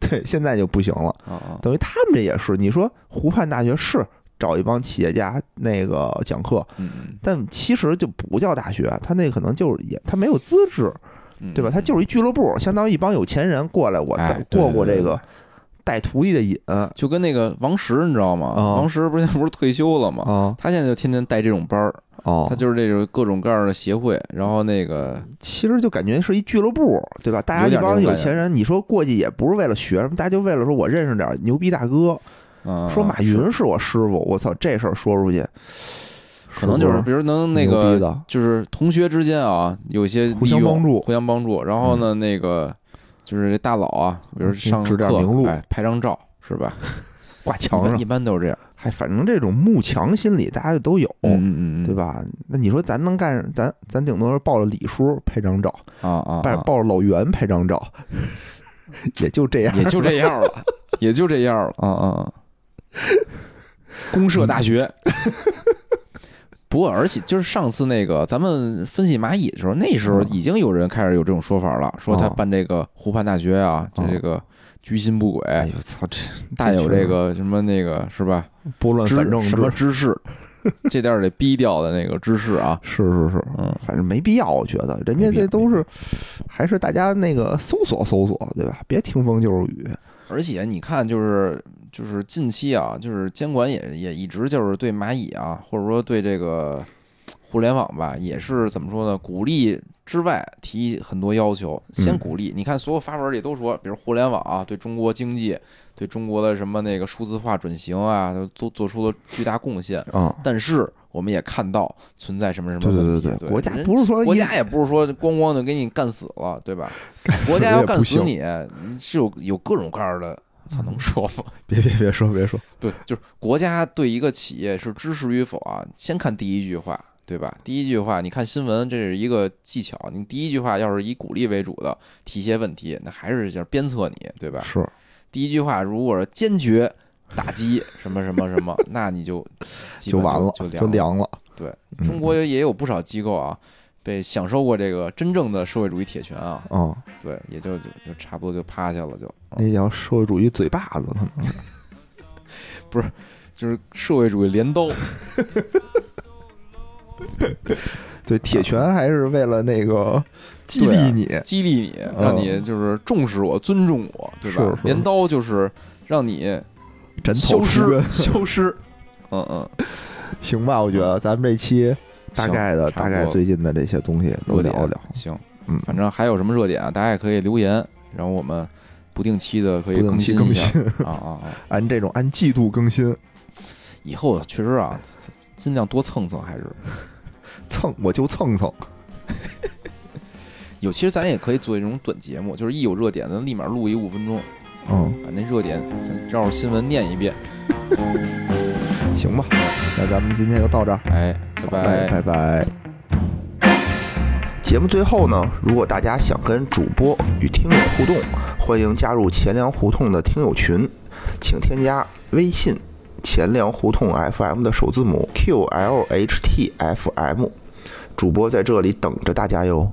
对，现在就不行了。
啊啊，
等于他们这也是，你说湖畔大学是找一帮企业家那个讲课，
嗯嗯
但其实就不叫大学，他那可能就是也他没有资质。
嗯，
对吧？他就是是一俱乐部，相当于一帮有钱人过来，我
哎
带
对
过过
对
这
对哦
个带徒弟的瘾
就跟那个王石，你知道吗？
啊
王石不是现在不是退休了吗？
啊
他现在就天天带这种班儿，
哦
他就是这种各种各样的协会，然后那个
其实就感觉是一俱乐部，对吧？大
有
家一
点那
帮
种
有
感觉
钱人，你说过去也不是为了学什么，大家就为了说我认识点儿牛逼大哥，
啊，
说马
是
云是我师傅，我操，这事儿说出去，
可能就是比如能那
牛逼
个
的
就是同学之间啊，有一些
互相
利用
帮助嗯
互相帮助。然后呢，那个就是这大佬啊，比如上
指点
课
明路
哎，拍张照是吧？
挂
一
墙
般
上
一，般都是这样，
哎，反正这种慕强心理大家就都有，
嗯嗯嗯，
哦对
吧？
吧？那你说咱能干，咱咱顶多是抱着李叔拍张照，
啊啊，
抱
啊
抱着老袁拍张照， 也就这样。
也就这样了，也就这样了，啊啊啊！ 公社大学。 不过，而且就是上次那个咱们分析蚂蚁的时候，那时候已经有人开始有这种说法了，说他办这个湖畔大学啊，这这个居心不轨，
哎呦操，这
大
确
有
实
这个什么那个是吧？
拨乱
啊知
反正
什
之
么知识， 这点儿得逼掉的那个知识啊，
是是是，
嗯，
反正没必要，我觉得人家
没必
这
要
都是还是大家那个搜索搜索，对吧？别听风就是雨，
而且你看，就是就是近期啊，就是监管也也一直就是对蚂蚁啊，或者说对这个嘖互联网吧，也是怎么说呢？鼓励之外提很多要求，先
嗯
鼓励。你看所有发文里都说，比如互联网啊，对中国经济、对中国的什么那个数字化转型啊，都都做出了巨大贡献。
啊、
但是我们也看到存在什么什么
对对
问题，
对对
对
国家
人
不是说
国
一
家也不是说咣咣的给你干死了，对吧？
死
国 家要
也
干
不
死
行嗯
你，你是有有各种各样的，操，能说吗？
别别别说别说，
对，就是国家对一个企业是支持与否啊，先看第一句话，对吧？第一句话，你看新闻，这是一个技巧。你第一句话要是以鼓励为主的，提一些问题，那还是想鞭策你，对吧？
是
第一句话如果是坚决打击什么什么什么，那 你就基
就
本
完了，
就
就
凉了。
凉了。
对，
嗯
中国也有不少机构啊，被享受过这个真正的社会主义铁拳啊，
啊、
对，也就就就差不多就趴下了，就嗯
那叫社会主义嘴巴子，可能
就是社会主义 镰刀，
对铁拳还是为了那个激励你，
激励你，让你就是重视我、尊重我，对吧？
嗯是是
镰刀就是让你
斩
消
草除
失
根，，
消失。嗯 嗯，
行吧？我觉得咱们这期大
行
概的
差
大
不
概
多
最近的这些东西都
热
聊一
点
聊，
行，
嗯，
反正还有什么热点啊，大家也可以留言，然后我们不定期的可以
不定
更
期
新
更
一下
新，
啊啊啊！
按这种按季度更新，
以后确实啊，尽尽尽量多蹭蹭，还是
蹭我就蹭蹭，
有，其实咱也可以做一种短节目，就是一有热点，咱立马录一五分钟，
嗯，
把那热点咱绕着新闻念一遍。嗯
行吧？那咱们今天就到这儿。
哎，
好
拜
嘞拜拜。节目最后呢，如果大家想跟主播与听友互动，欢迎加入钱粮胡同的听友群，请添加微信“钱粮胡同 FM” 的首字母 “QLHTFM”，主播在这里等着大家哟。